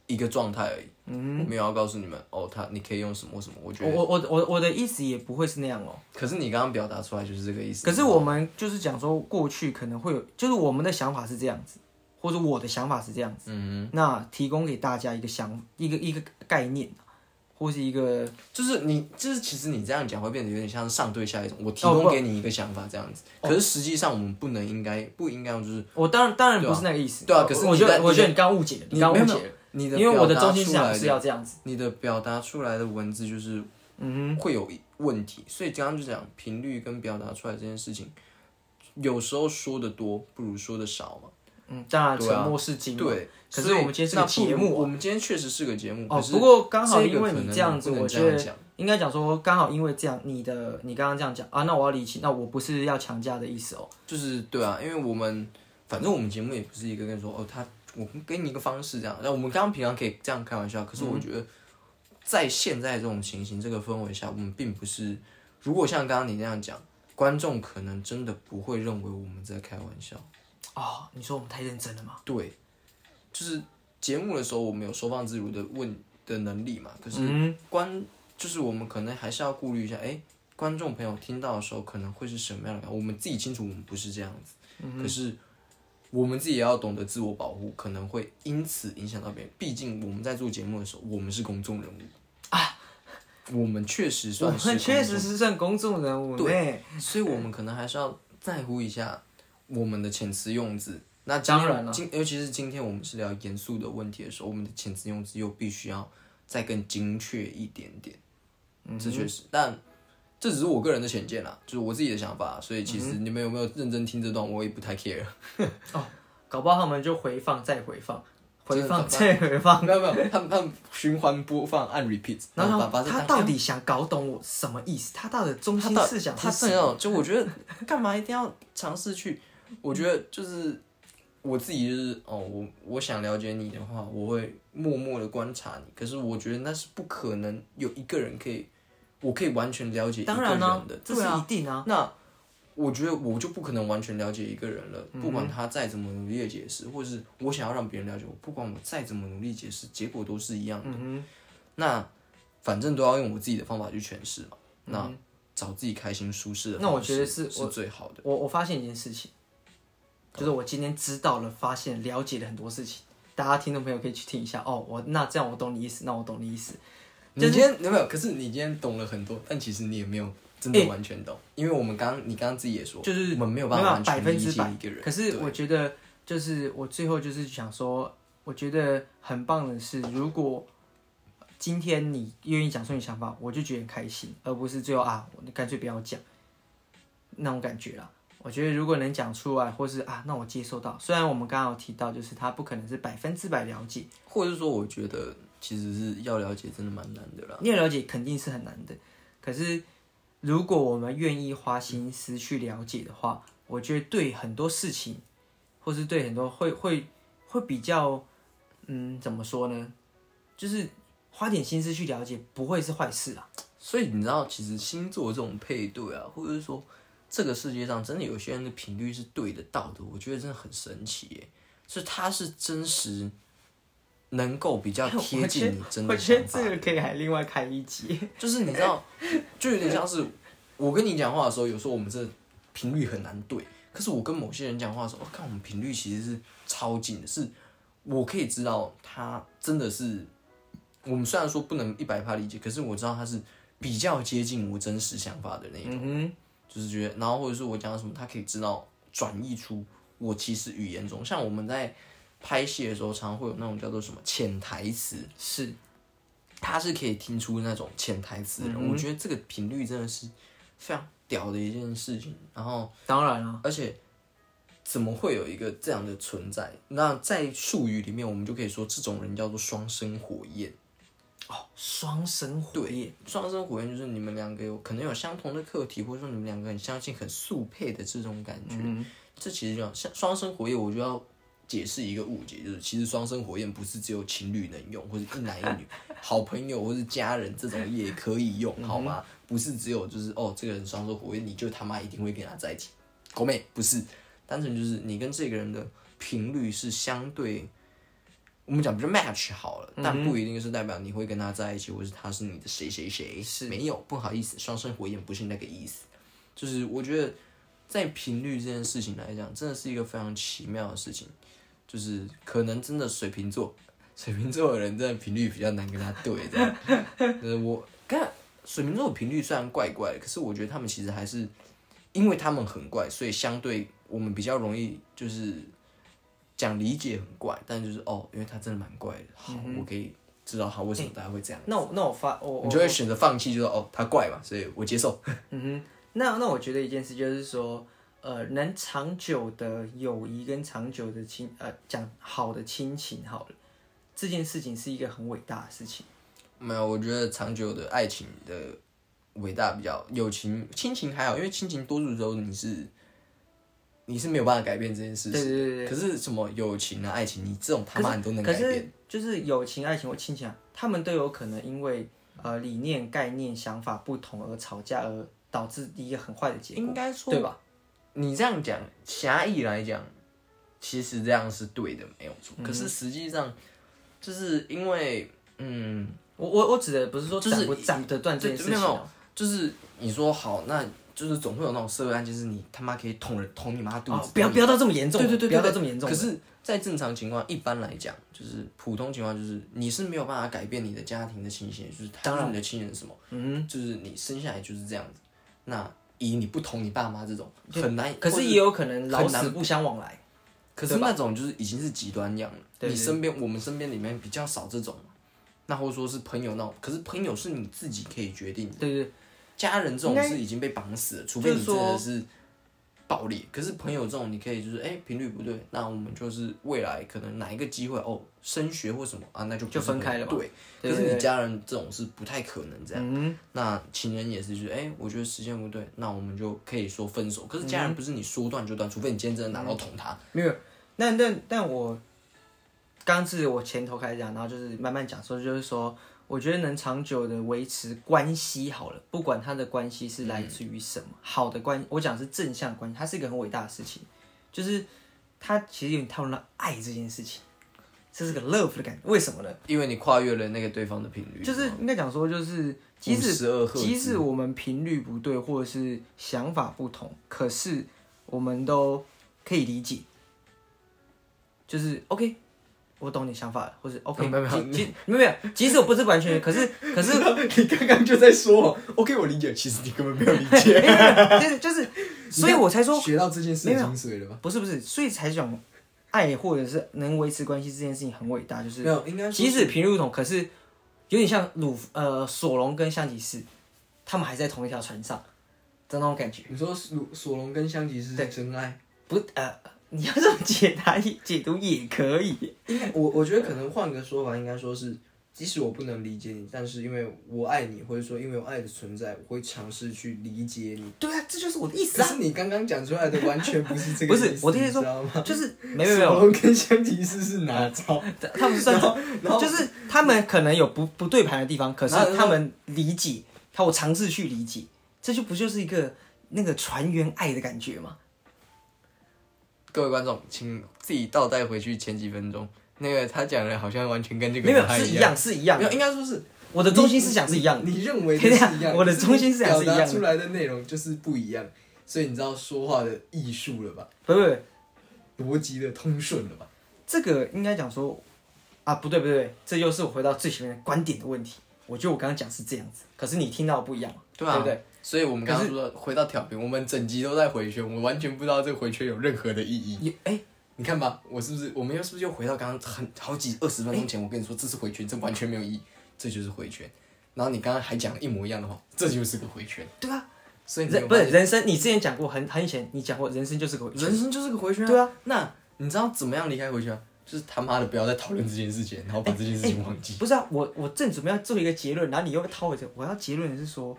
Speaker 2: 一个状态而已，
Speaker 1: 嗯
Speaker 2: 我没有要告诉你们哦，他你可以用什么什么。我觉
Speaker 1: 我
Speaker 2: 得，
Speaker 1: 我我我我的意思也不会是那样哦。
Speaker 2: 可是你刚刚表达出来就是这个意思。
Speaker 1: 可是我们就是讲说，过去可能会有，就是我们的想法是这样子，或者我的想法是这样子。嗯，那提供给大家一个想一个一个概念，啊或是一个
Speaker 2: 就是你，就是其实你这样讲会变得有点像是上对下一种，我提
Speaker 1: 哦
Speaker 2: 供给你一个想法这样子。可是实际上我们不能应该不应该用就是
Speaker 1: 我当然当然不是那个意思。
Speaker 2: 对啊可是
Speaker 1: 我我
Speaker 2: 你
Speaker 1: 觉
Speaker 2: 在
Speaker 1: 得
Speaker 2: 你
Speaker 1: 我觉得
Speaker 2: 在
Speaker 1: 你刚误解了，
Speaker 2: 你
Speaker 1: 刚误
Speaker 2: 没有
Speaker 1: 解
Speaker 2: 没有
Speaker 1: 了，
Speaker 2: 你的
Speaker 1: 因为我的
Speaker 2: 表达
Speaker 1: 中心思
Speaker 2: 出来
Speaker 1: 想
Speaker 2: 的
Speaker 1: 是要这样子。
Speaker 2: 你的表达出来的文字就是，嗯，会有问题。所以刚刚就讲频率跟表达出来这件事情，有时候说的多不如说的少嘛。
Speaker 1: 嗯，当然
Speaker 2: 对啊
Speaker 1: 沉默是金嘛。
Speaker 2: 对，
Speaker 1: 可是
Speaker 2: 所以
Speaker 1: 我们今天是
Speaker 2: 那
Speaker 1: 个
Speaker 2: 不
Speaker 1: 节
Speaker 2: 如
Speaker 1: 目啊
Speaker 2: 我们今天确实是个节目。
Speaker 1: 哦
Speaker 2: 嗯可，是
Speaker 1: 不过刚好
Speaker 2: 这个
Speaker 1: 因为
Speaker 2: 可
Speaker 1: 你
Speaker 2: 能
Speaker 1: 这样子，
Speaker 2: 不能
Speaker 1: 我
Speaker 2: 这
Speaker 1: 觉
Speaker 2: 样
Speaker 1: 得
Speaker 2: 讲
Speaker 1: 应该讲说，刚好因为这样，你的你刚刚这样讲啊，那我要理清，那我不是要强加的意思哦。
Speaker 2: 就是对啊，因为我们反正我们节目也不是一个跟你说哦，他我们给你一个方式这样，那我们刚刚平常可以这样开玩笑，可是我觉得在现在这种情形、这个氛围下，我们并不是，如果像刚刚你那样讲，观众可能真的不会认为我们在开玩笑。
Speaker 1: 哦，你说我们太认真了吗？
Speaker 2: 对，就是节目的时候我们有收放自如的问的能力嘛，可是
Speaker 1: 嗯，
Speaker 2: 观就是我们可能还是要顾虑一下，哎、观众朋友听到的时候可能会是什么样的感觉？我们自己清楚我们不是这样子，
Speaker 1: 嗯
Speaker 2: 可是我们自己也要懂得自我保护，可能会因此影响到别人。毕竟我们在做节目的时候，我们是公众人物啊，我们确实
Speaker 1: 我
Speaker 2: 算是
Speaker 1: 们确
Speaker 2: 公
Speaker 1: 实是算公众人物呢。
Speaker 2: 所以我们可能还是要在乎一下我们的遣词用字。那今
Speaker 1: 当
Speaker 2: 天
Speaker 1: 然了
Speaker 2: 今尤其是今天我们是聊严肃的问题的时候，我们的遣词用字又必须要再更精确一点点。
Speaker 1: 嗯
Speaker 2: 这确实，但这只是我个人的浅见啦，就是我自己的想法。所以其
Speaker 1: 嗯
Speaker 2: 实你们有没有认真听这段，我也不太 care。
Speaker 1: 搞不好他们就回放再回放，回
Speaker 2: 真的
Speaker 1: 放
Speaker 2: 搞不
Speaker 1: 再 回放，
Speaker 2: 没有没有，他们他们循环播放按 repeat，
Speaker 1: 然
Speaker 2: 后
Speaker 1: 后
Speaker 2: 把把
Speaker 1: 他
Speaker 2: 这
Speaker 1: 他
Speaker 2: 当
Speaker 1: 到底想搞懂我什么意思？他到底中心
Speaker 2: 他到
Speaker 1: 思想
Speaker 2: 他
Speaker 1: 是什
Speaker 2: 这
Speaker 1: 么？
Speaker 2: 样，就我觉得 干嘛一定要尝试去？我觉得就是我自己就是哦，我我想了解你的话，我会默默的观察你。可是我觉得那是不可能有一个人可以，我可以完全了解一个
Speaker 1: 当然
Speaker 2: 人
Speaker 1: 啦、
Speaker 2: 的，
Speaker 1: 这是
Speaker 2: 对啊
Speaker 1: 一定啊。
Speaker 2: 那我觉得我就不可能完全了解一个人了，不
Speaker 1: 嗯
Speaker 2: 管他再怎么努力的解释，或是我想要让别人了解我，不管我再怎么努力解释，结果都是一样的。
Speaker 1: 嗯
Speaker 2: 那反正都要用我自己的方法去诠释嘛。那找自己开心舒适的方式，
Speaker 1: 嗯那我觉得是
Speaker 2: 是最好的。
Speaker 1: 我我发现一件事情，就是我今天知道了、发现、了解了很多事情。大家听众朋友可以去听一下哦。我那这样我懂你意思，那我懂你意思。
Speaker 2: 你今天有没有？可是你今天懂了很多，但其实你也没有真的完全懂，因为我们刚你刚刚自己也说，
Speaker 1: 就是
Speaker 2: 我们没有办法完
Speaker 1: 百
Speaker 2: 全
Speaker 1: 分
Speaker 2: 理
Speaker 1: 之
Speaker 2: 解
Speaker 1: 百
Speaker 2: 一个人。
Speaker 1: 可是
Speaker 2: 对
Speaker 1: 我觉得，就是我最后就是想说，我觉得很棒的是，如果今天你愿意讲出你想法，我就觉得很开心，而不是最后啊，我干脆不要讲那种感觉啦。我觉得如果能讲出来，或是啊，那我接受到。虽然我们刚刚有提到，就是他不可能是百分之百了解，
Speaker 2: 或者是说，我觉得其实是要了解真的蛮难的啦。
Speaker 1: 你也了解肯定是很难的。可是如果我们愿意花心思去了解的话，我觉得对很多事情，或是对很多会会会比较，嗯，怎么说呢？就是花点心思去了解，不会是坏事啊。
Speaker 2: 所以你知道，其实星座这种配对啊，或者是说这个世界上真的有些人的频率是对得到的，我觉得真的很神奇耶。所以它是真实，能够比 较贴近你真
Speaker 1: 我
Speaker 2: 的
Speaker 1: 觉
Speaker 2: 想
Speaker 1: 得
Speaker 2: 法
Speaker 1: 这。个可以还另外开一集。
Speaker 2: 就是你知道，就有点像是我跟你讲话的时候，有时候我们这频率很难对。可是我跟某些人讲话的时候，我、哦看我们频率其实是超近的，是我可以知道他真的是我们虽然说不能一百趴理解，可是我知道他是比较接近我真实想法的那一种，
Speaker 1: 嗯
Speaker 2: 就是觉得，然后或者是我讲什么，他可以知道转译出我其实语言中，像我们在拍戏的时候，常常会有那种叫做什么潜台词，
Speaker 1: 哼，是
Speaker 2: 他是可以听出那种潜台词的人。我觉得这个频率真的是非常屌的一件事情。然后，
Speaker 1: 当然啊了、
Speaker 2: 而且怎么会有一个这样的存在？那在术语里面，我们就可以说这种人叫做双生火焰。
Speaker 1: 哦，双生火焰，
Speaker 2: 双生火焰就是你们两个有可能有相同的课题，或者说你们两个很相近、很速配的这种感觉。这其实就像像双生火焰，我就要解释一个误解，就是其实双生火焰不是只有情侣能用，或者一男一女、好朋友或是家人这种也可以用，好吗？不是只有就是哦，这个人双生火焰，你就他妈一定会跟他在一起，狗妹不是，单纯就是你跟这个人的频率是相对。我们讲比较 match 好了，但不一定是代表你会跟他在一起，或是他是你的谁谁谁。
Speaker 1: 是
Speaker 2: 没有，不好意思，双生火焰不是那个意思。就是我觉得在频率这件事情来讲，真的是一个非常奇妙的事情。就是可能真的水瓶座，水瓶座的人真的频率比较难跟他对这样。呃，我看水瓶座的频率虽然怪怪的，可是我觉得他们其实还是，因为他们很怪，所以相对我们比较容易就是讲理解很怪，但就是哦，因为他真的蛮怪的，好，我可以知道他为什么大家会这样，
Speaker 1: 那我那我发嗯我我
Speaker 2: 你就会选择放弃，就是哦，他怪嘛，所以我接受。
Speaker 1: 嗯哼，那那我觉得一件事就是说，呃能长久的友谊跟长久的亲呃讲好的亲情好了，这件事情是一个很伟大的事情。
Speaker 2: 没有，我觉得长久的爱情的伟大比较，友情、亲情还好，因为亲情多数时候你是你是没有办法改变这件事
Speaker 1: 对
Speaker 2: 情。
Speaker 1: 对对对。
Speaker 2: 可是什么友情啊、爱情，你这种他妈你都能
Speaker 1: 可
Speaker 2: 改变。
Speaker 1: 是就是友情、爱情或亲情啊，他们都有可能因为呃理念、概念、想法不同而吵架，而导致一个很坏的结果，
Speaker 2: 应该说
Speaker 1: 对吧？
Speaker 2: 你这样讲，狭义来讲，其实这样是对的，没有错。可
Speaker 1: 嗯
Speaker 2: 是实际上，就是因为，嗯，
Speaker 1: 我我我指的不是说
Speaker 2: 就
Speaker 1: 斩
Speaker 2: 是
Speaker 1: 不斩得断这件事
Speaker 2: 没
Speaker 1: 情
Speaker 2: 有
Speaker 1: 哦，
Speaker 2: 就是你说好，那就是总会有那种社会案件，就是你他妈可以捅人捅你妈肚子，
Speaker 1: 哦不要不要到这么严重，
Speaker 2: 对对对，
Speaker 1: 不要到这么严重哦
Speaker 2: 可。是，在正常情况，一般来讲，就是普通情况，就是你是没有办法改变你的家庭的倾斜，就是他
Speaker 1: 当然
Speaker 2: 就是你的亲人是什么，嗯，就是你生下来就是这样子。那以你不同你爸妈这种很难，
Speaker 1: 可
Speaker 2: 或
Speaker 1: 是也有可能老
Speaker 2: 很难
Speaker 1: 死不相往来，
Speaker 2: 可是那种就是已经是极端样了。
Speaker 1: 对
Speaker 2: 你身边我们身边里面比较少这种嘛，那或者说是朋友那种，可是朋友是你自己可以决定的，
Speaker 1: 对对对，
Speaker 2: 家人这
Speaker 1: 应
Speaker 2: 种
Speaker 1: 该
Speaker 2: 是已经被绑死了，除非你
Speaker 1: 就是
Speaker 2: 真
Speaker 1: 说
Speaker 2: 的是爆裂。可是朋友这种，你可以就是哎频率不对，那我们就是未来可能哪一个机会哦升学或什么啊，那就不是
Speaker 1: 就分开了嘛
Speaker 2: 朋友对，
Speaker 1: 对对
Speaker 2: 可是
Speaker 1: 对
Speaker 2: 你家人这种是不太可能这样。
Speaker 1: 嗯，
Speaker 2: 那情人也是，就是哎、我觉得时间不对，那我们就可以说分手。可是家
Speaker 1: 嗯
Speaker 2: 人不是你说断就断，除非你今天真的拿刀捅他。
Speaker 1: 没有。那那但我刚是我前头开始讲，然后就是慢慢讲说，就是说，我觉得能长久的维持关系好了，不管他的关系是来自于什么，好的关，我讲是正向关系，它是一个很伟大的事情，就是它其实有点套用到爱这件事情，这是个 love 的感觉。为什么呢？
Speaker 2: 因为你跨越了那个对方的频率，
Speaker 1: 就是应该讲说，就是即使
Speaker 2: 52赫兹
Speaker 1: 即使我们频率不对，或者是想法不同，可是我们都可以理解，就是 OK。我懂你想法了，或者 OK，
Speaker 2: 没有没有
Speaker 1: 即即没有没有，即使我不是完 全，可是可是，
Speaker 2: 你刚刚就在说，OK，我理解，其实你根本没有理解，
Speaker 1: 就是就是， 所以我才说
Speaker 2: 学到这件
Speaker 1: 事的
Speaker 2: 精髓了吧？
Speaker 1: 不是不是，所以才讲爱或者是能维持关系这件事情很伟大，就是
Speaker 2: 没有应该说
Speaker 1: 即使频率不同，可是有点像鲁夫呃索隆跟香吉士，他们还在同一条船上的那种感觉。
Speaker 2: 你说索索隆跟香吉士是真爱，
Speaker 1: 不是呃，你要这种解答解读也可以。
Speaker 2: 应该我我觉得可能换个说法，应该说是，即使我不能理解你，但是因为我爱你，或者说因为我爱的存在，我会尝试去理解你。
Speaker 1: 对啊，这就是我的意思
Speaker 2: 可
Speaker 1: 啊，
Speaker 2: 是你刚刚讲出来的完全不是这
Speaker 1: 不
Speaker 2: 个意思，
Speaker 1: 是我的意思
Speaker 2: 你知道吗？
Speaker 1: 就是没有没
Speaker 2: 索
Speaker 1: 有，
Speaker 2: 隆跟香吉士是哪招？
Speaker 1: 他们算
Speaker 2: 然后
Speaker 1: 就是他们可能有不不对盘的地方，可是
Speaker 2: 然后
Speaker 1: 他们理解，他我尝试去理解，这就不就是一个那个船员爱的感觉吗？
Speaker 2: 各位观众，请自己倒带回去前几分钟，那个他讲的好像完全跟这个
Speaker 1: 没有
Speaker 2: 不太
Speaker 1: 是
Speaker 2: 一
Speaker 1: 一
Speaker 2: 样，
Speaker 1: 样是一样
Speaker 2: 没
Speaker 1: 的
Speaker 2: 有，应该说是
Speaker 1: 我的中心思想是一样的。
Speaker 2: 你你 认为的是一
Speaker 1: 对
Speaker 2: 样
Speaker 1: 啊
Speaker 2: 的，
Speaker 1: 我的
Speaker 2: 可是
Speaker 1: 中心思想是一样的
Speaker 2: 表达出来的内容就是不一样，所以你知道说话的艺术了吧，
Speaker 1: 不不不，
Speaker 2: 逻辑的通顺了吧？
Speaker 1: 这个应该讲说啊，不对不对，这又是我回到最前面的观点的问题。我觉得我刚刚讲是这样子，可是你听到的不一样嘛，对啊不对？
Speaker 2: 对？所以我们刚刚说到回到挑评，我们整集都在回圈，我完全不知道这个回圈有任何的意义。
Speaker 1: 也哎、
Speaker 2: 你看吧，我是不是我们又是不是又回到刚刚很好几二十分钟前，我跟你说这是回圈，这完全没有意义，这就是回圈。然后你刚刚还讲了一模一样的话，这就是个回圈。
Speaker 1: 对啊，
Speaker 2: 所以你有
Speaker 1: 人不是人生，你之前讲过很很以前，你讲过人生就是个回圈
Speaker 2: 人生就是个回圈、
Speaker 1: 对
Speaker 2: 啊，那你知道怎么样离开回圈、啊？就是他妈的不要再讨论这件事情，然后把这件事情忘记。
Speaker 1: 不是啊，我我正准备要做一个结论，然后你又掏回去。我要结论的是说，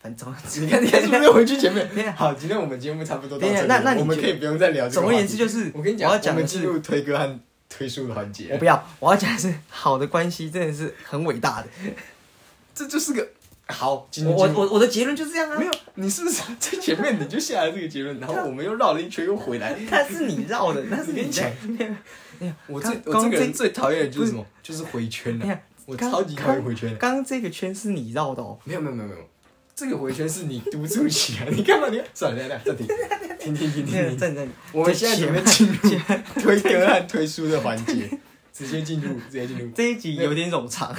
Speaker 1: 反正
Speaker 2: 你看，你看是不是回去 前面？
Speaker 1: 对啊
Speaker 2: 好，今天我们节目差不多到
Speaker 1: 对
Speaker 2: 这
Speaker 1: 啊
Speaker 2: 里了，
Speaker 1: 那那你
Speaker 2: 我们
Speaker 1: 就
Speaker 2: 可以不用再聊这个
Speaker 1: 总
Speaker 2: 话题。
Speaker 1: 而言之就是，
Speaker 2: 我跟你讲，
Speaker 1: 我要讲
Speaker 2: 们
Speaker 1: 的
Speaker 2: 进
Speaker 1: 是，
Speaker 2: 入推歌和推书的 环
Speaker 1: 我
Speaker 2: 节，
Speaker 1: 不要，我要讲的是好的关系真的是很伟大的。
Speaker 2: 这就是个好。今
Speaker 1: 我
Speaker 2: 天
Speaker 1: 我我我的结论就是这样啊，
Speaker 2: 没有，你是不是在前面你就下了这个结论，然后我们又绕了一圈又 回来？
Speaker 1: 那是你绕的，那是
Speaker 2: 跟
Speaker 1: 你
Speaker 2: 你讲
Speaker 1: 讲。
Speaker 2: 我这
Speaker 1: 刚
Speaker 2: 我这
Speaker 1: 刚
Speaker 2: 个
Speaker 1: 这
Speaker 2: 人最讨厌的
Speaker 1: 不
Speaker 2: 就是
Speaker 1: 是
Speaker 2: 什么？就是回圈
Speaker 1: 你
Speaker 2: 了、
Speaker 1: 看，
Speaker 2: 我
Speaker 1: 刚
Speaker 2: 超级讨厌回圈的。
Speaker 1: 刚刚这个圈是你绕 的哦，
Speaker 2: 没有没有没有没有，这个回圈是你督促起来，啊你干嘛？你算了，算了，暂停，停停停
Speaker 1: 那
Speaker 2: 停停。
Speaker 1: 站站，
Speaker 2: 我们现在准备 进入推歌和推书的环节，直接进入，直接进入。
Speaker 1: 这一集有点冗长，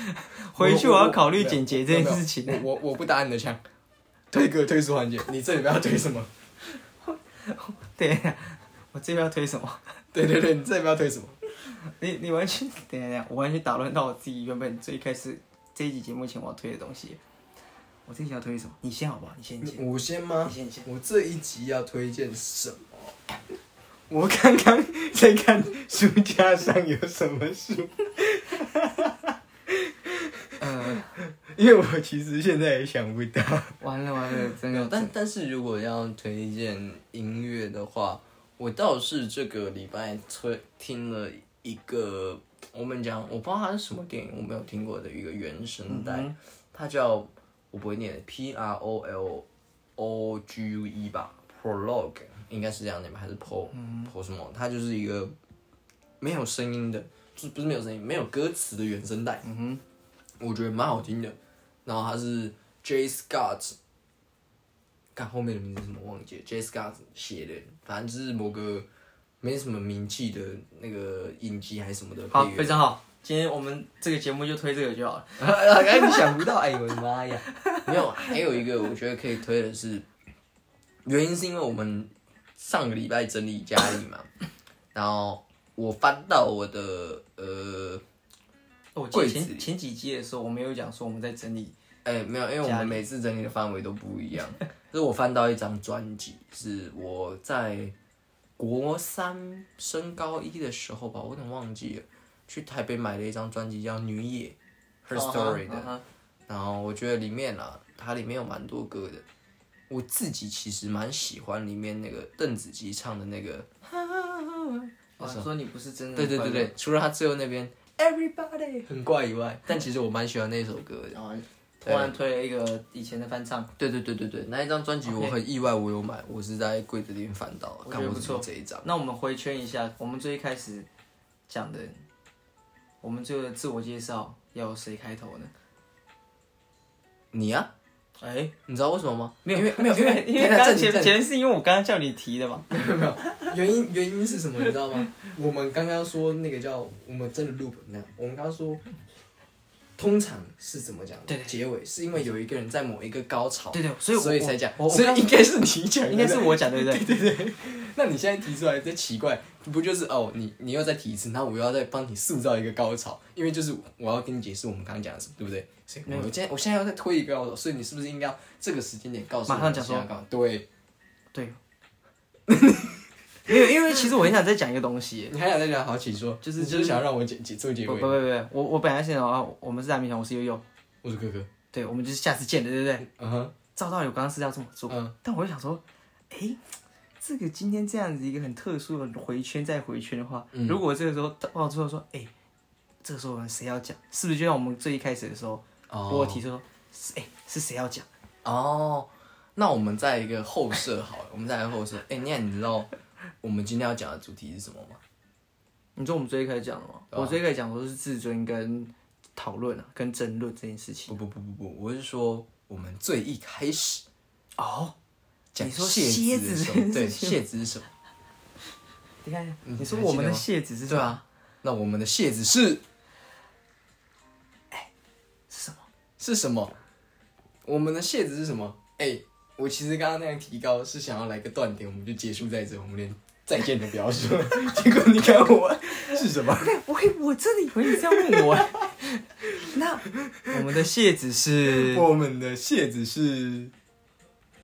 Speaker 1: 回去我要考虑剪辑这件事
Speaker 2: 没有
Speaker 1: 情。
Speaker 2: 我我不打你的枪。推歌推书环节，你这里边要推什么？
Speaker 1: 等一下，我这边要推什么？
Speaker 2: 对对对，你这里边要推什么？
Speaker 1: 你你完全等一下，等一下，我完全打乱到我自己原本最开始这一集节目前我要推的东西。我这一集要推什么？你先好不好？你先讲。
Speaker 2: 我先吗？
Speaker 1: 你先你先
Speaker 2: 我这一集要推荐什么？
Speaker 1: 我刚 刚在看 书架上有什么书，
Speaker 2: 呃，
Speaker 1: 因为我其实现在也想不到。
Speaker 2: 完了完了，
Speaker 1: 真的
Speaker 2: 但但是如果要推荐音乐的话，我倒是这个礼拜推听了一个，我们讲我不知道它是什么电影，我没有听过的一个原声带，它叫我不会念 P R O L O G U E 吧，Prologue 应该是这样念吧，还是 Pro、Pro 什么？它就是一个没有声音的，就是不是没有声音，没有歌词的原声带。
Speaker 1: 嗯哼，
Speaker 2: 我觉得蛮好听的。然后他是 J Scott，看后面的名字是什么忘记了，J Scott 写的，反正就是某个没什么名气的那个影集还是什么的
Speaker 1: 好
Speaker 2: 配，乐。
Speaker 1: 非常好。今天我们这个节目就推这个就好了。
Speaker 2: 哎，你想不到，哎呦我的妈呀！没有，还有一个我觉得可以推的是，原因是因为我们上个礼拜整理家里嘛，然后我翻到我的呃
Speaker 1: 哦我记得
Speaker 2: 柜子
Speaker 1: 前
Speaker 2: 里
Speaker 1: 前几集的时候，我们有讲说我们在整理，
Speaker 2: 哎、没有，因为我们每次整理的范围都不一样。就是我翻到一张专辑，是我在国三升高一的时候吧，我有点忘记了，去台北买了一张专辑叫《女野》，Her Story 的。
Speaker 1: 啊哈
Speaker 2: 然后我觉得里面啊，它里面有蛮多歌的。我自己其实蛮喜欢里面那个邓紫棋唱的那个，
Speaker 1: 我说你不是真的，
Speaker 2: 对对对，对，除了她最后那边 Everybody 很怪以外，但其实我蛮喜欢那首歌的。
Speaker 1: 然后突然推了一个以前的翻唱，
Speaker 2: 对对对对对，那一张专辑我很意外，我有买，我是在柜子里面翻到，
Speaker 1: 我觉
Speaker 2: 看
Speaker 1: 得
Speaker 2: 我
Speaker 1: 不
Speaker 2: 只
Speaker 1: 错
Speaker 2: 有这一张。
Speaker 1: 那我们回圈一下，我们最一开始讲的，我们这个自我介绍要由谁开头呢？
Speaker 2: 你啊，
Speaker 1: 哎、
Speaker 2: 你知道为什么吗？
Speaker 1: 没有，
Speaker 2: 因为没有，因为
Speaker 1: 因为
Speaker 2: 等一
Speaker 1: 刚
Speaker 2: 下
Speaker 1: 刚
Speaker 2: 正题
Speaker 1: 前
Speaker 2: 正题
Speaker 1: 前是因为我刚刚叫你提的嘛，
Speaker 2: 原因原因是什么？你知道吗？我们刚刚说那个叫我们真的 loop 那样，我们刚刚说，通常是怎么讲？
Speaker 1: 对对
Speaker 2: 结尾是因为有一个人在某一个高潮，
Speaker 1: 对对所以我
Speaker 2: 所以才讲，
Speaker 1: 我我
Speaker 2: 所以应该是你讲，
Speaker 1: 应该是
Speaker 2: 对不对
Speaker 1: 我讲 对不对？
Speaker 2: 对对对， 那你现在提出来这奇怪，不就是哦？你你又再提一次，那我又要再帮你塑造一个高潮，因为就是我要跟你解释我们刚刚讲的什么，对不对？所以我现在我现在要再推一个高潮，所以你是不是应该要这个时间点告诉我
Speaker 1: 马上讲说
Speaker 2: 你现在要干嘛对，
Speaker 1: 对，没有，因为其实我很想再讲一个东西 耶，
Speaker 2: 你还想再讲好起说，
Speaker 1: 就是
Speaker 2: 你就是想要让我解解做结
Speaker 1: 不不
Speaker 2: 尾
Speaker 1: 不，不，我我本来是想啊，我们是大明堂，我是悠悠，
Speaker 2: 我是哥哥，
Speaker 1: 对，我们就是下次见的，对不对？
Speaker 2: 嗯哼，
Speaker 1: 照道理我刚刚是要这么做，
Speaker 2: 嗯
Speaker 1: 但我就想说，哎、这个今天这样子一个很特殊的回圈再回圈的话，
Speaker 2: 嗯
Speaker 1: 如果这个时候爆出来说，哎、这个时候我们谁要讲，是不是就像我们最一开始的时候，我有提出说，是哎、是谁要讲？
Speaker 2: 哦，那我们在一个后设好了，我们在一个后设，哎、那你知道我们今天要讲的主题是什么吗？
Speaker 1: 你说我们最一开始讲的吗？
Speaker 2: 对啊
Speaker 1: 我最一开始讲的是自尊跟讨论啊，跟争论这件事情。
Speaker 2: 不不不不不，我是说我们最一开始。
Speaker 1: 哦，
Speaker 2: 讲
Speaker 1: 你说
Speaker 2: 蟹子是什么
Speaker 1: 蝎子
Speaker 2: 对，蟹子是什么？
Speaker 1: 你看，
Speaker 2: 嗯
Speaker 1: 你说我们的
Speaker 2: 还记得
Speaker 1: 蟹
Speaker 2: 吗
Speaker 1: 子是什
Speaker 2: 对
Speaker 1: 么？
Speaker 2: 啊，那我们的蟹子是
Speaker 1: 是什么？
Speaker 2: 是什么？我们的蟹子是什么？哎、我其实刚刚那样提高是想要来个断点，我们就结束在这，我们连再见都不要 说。结果你看我是什 么？
Speaker 1: 对，我以我真的以为你这样问 我。 那我们的蟹子是
Speaker 2: 我们的蟹子是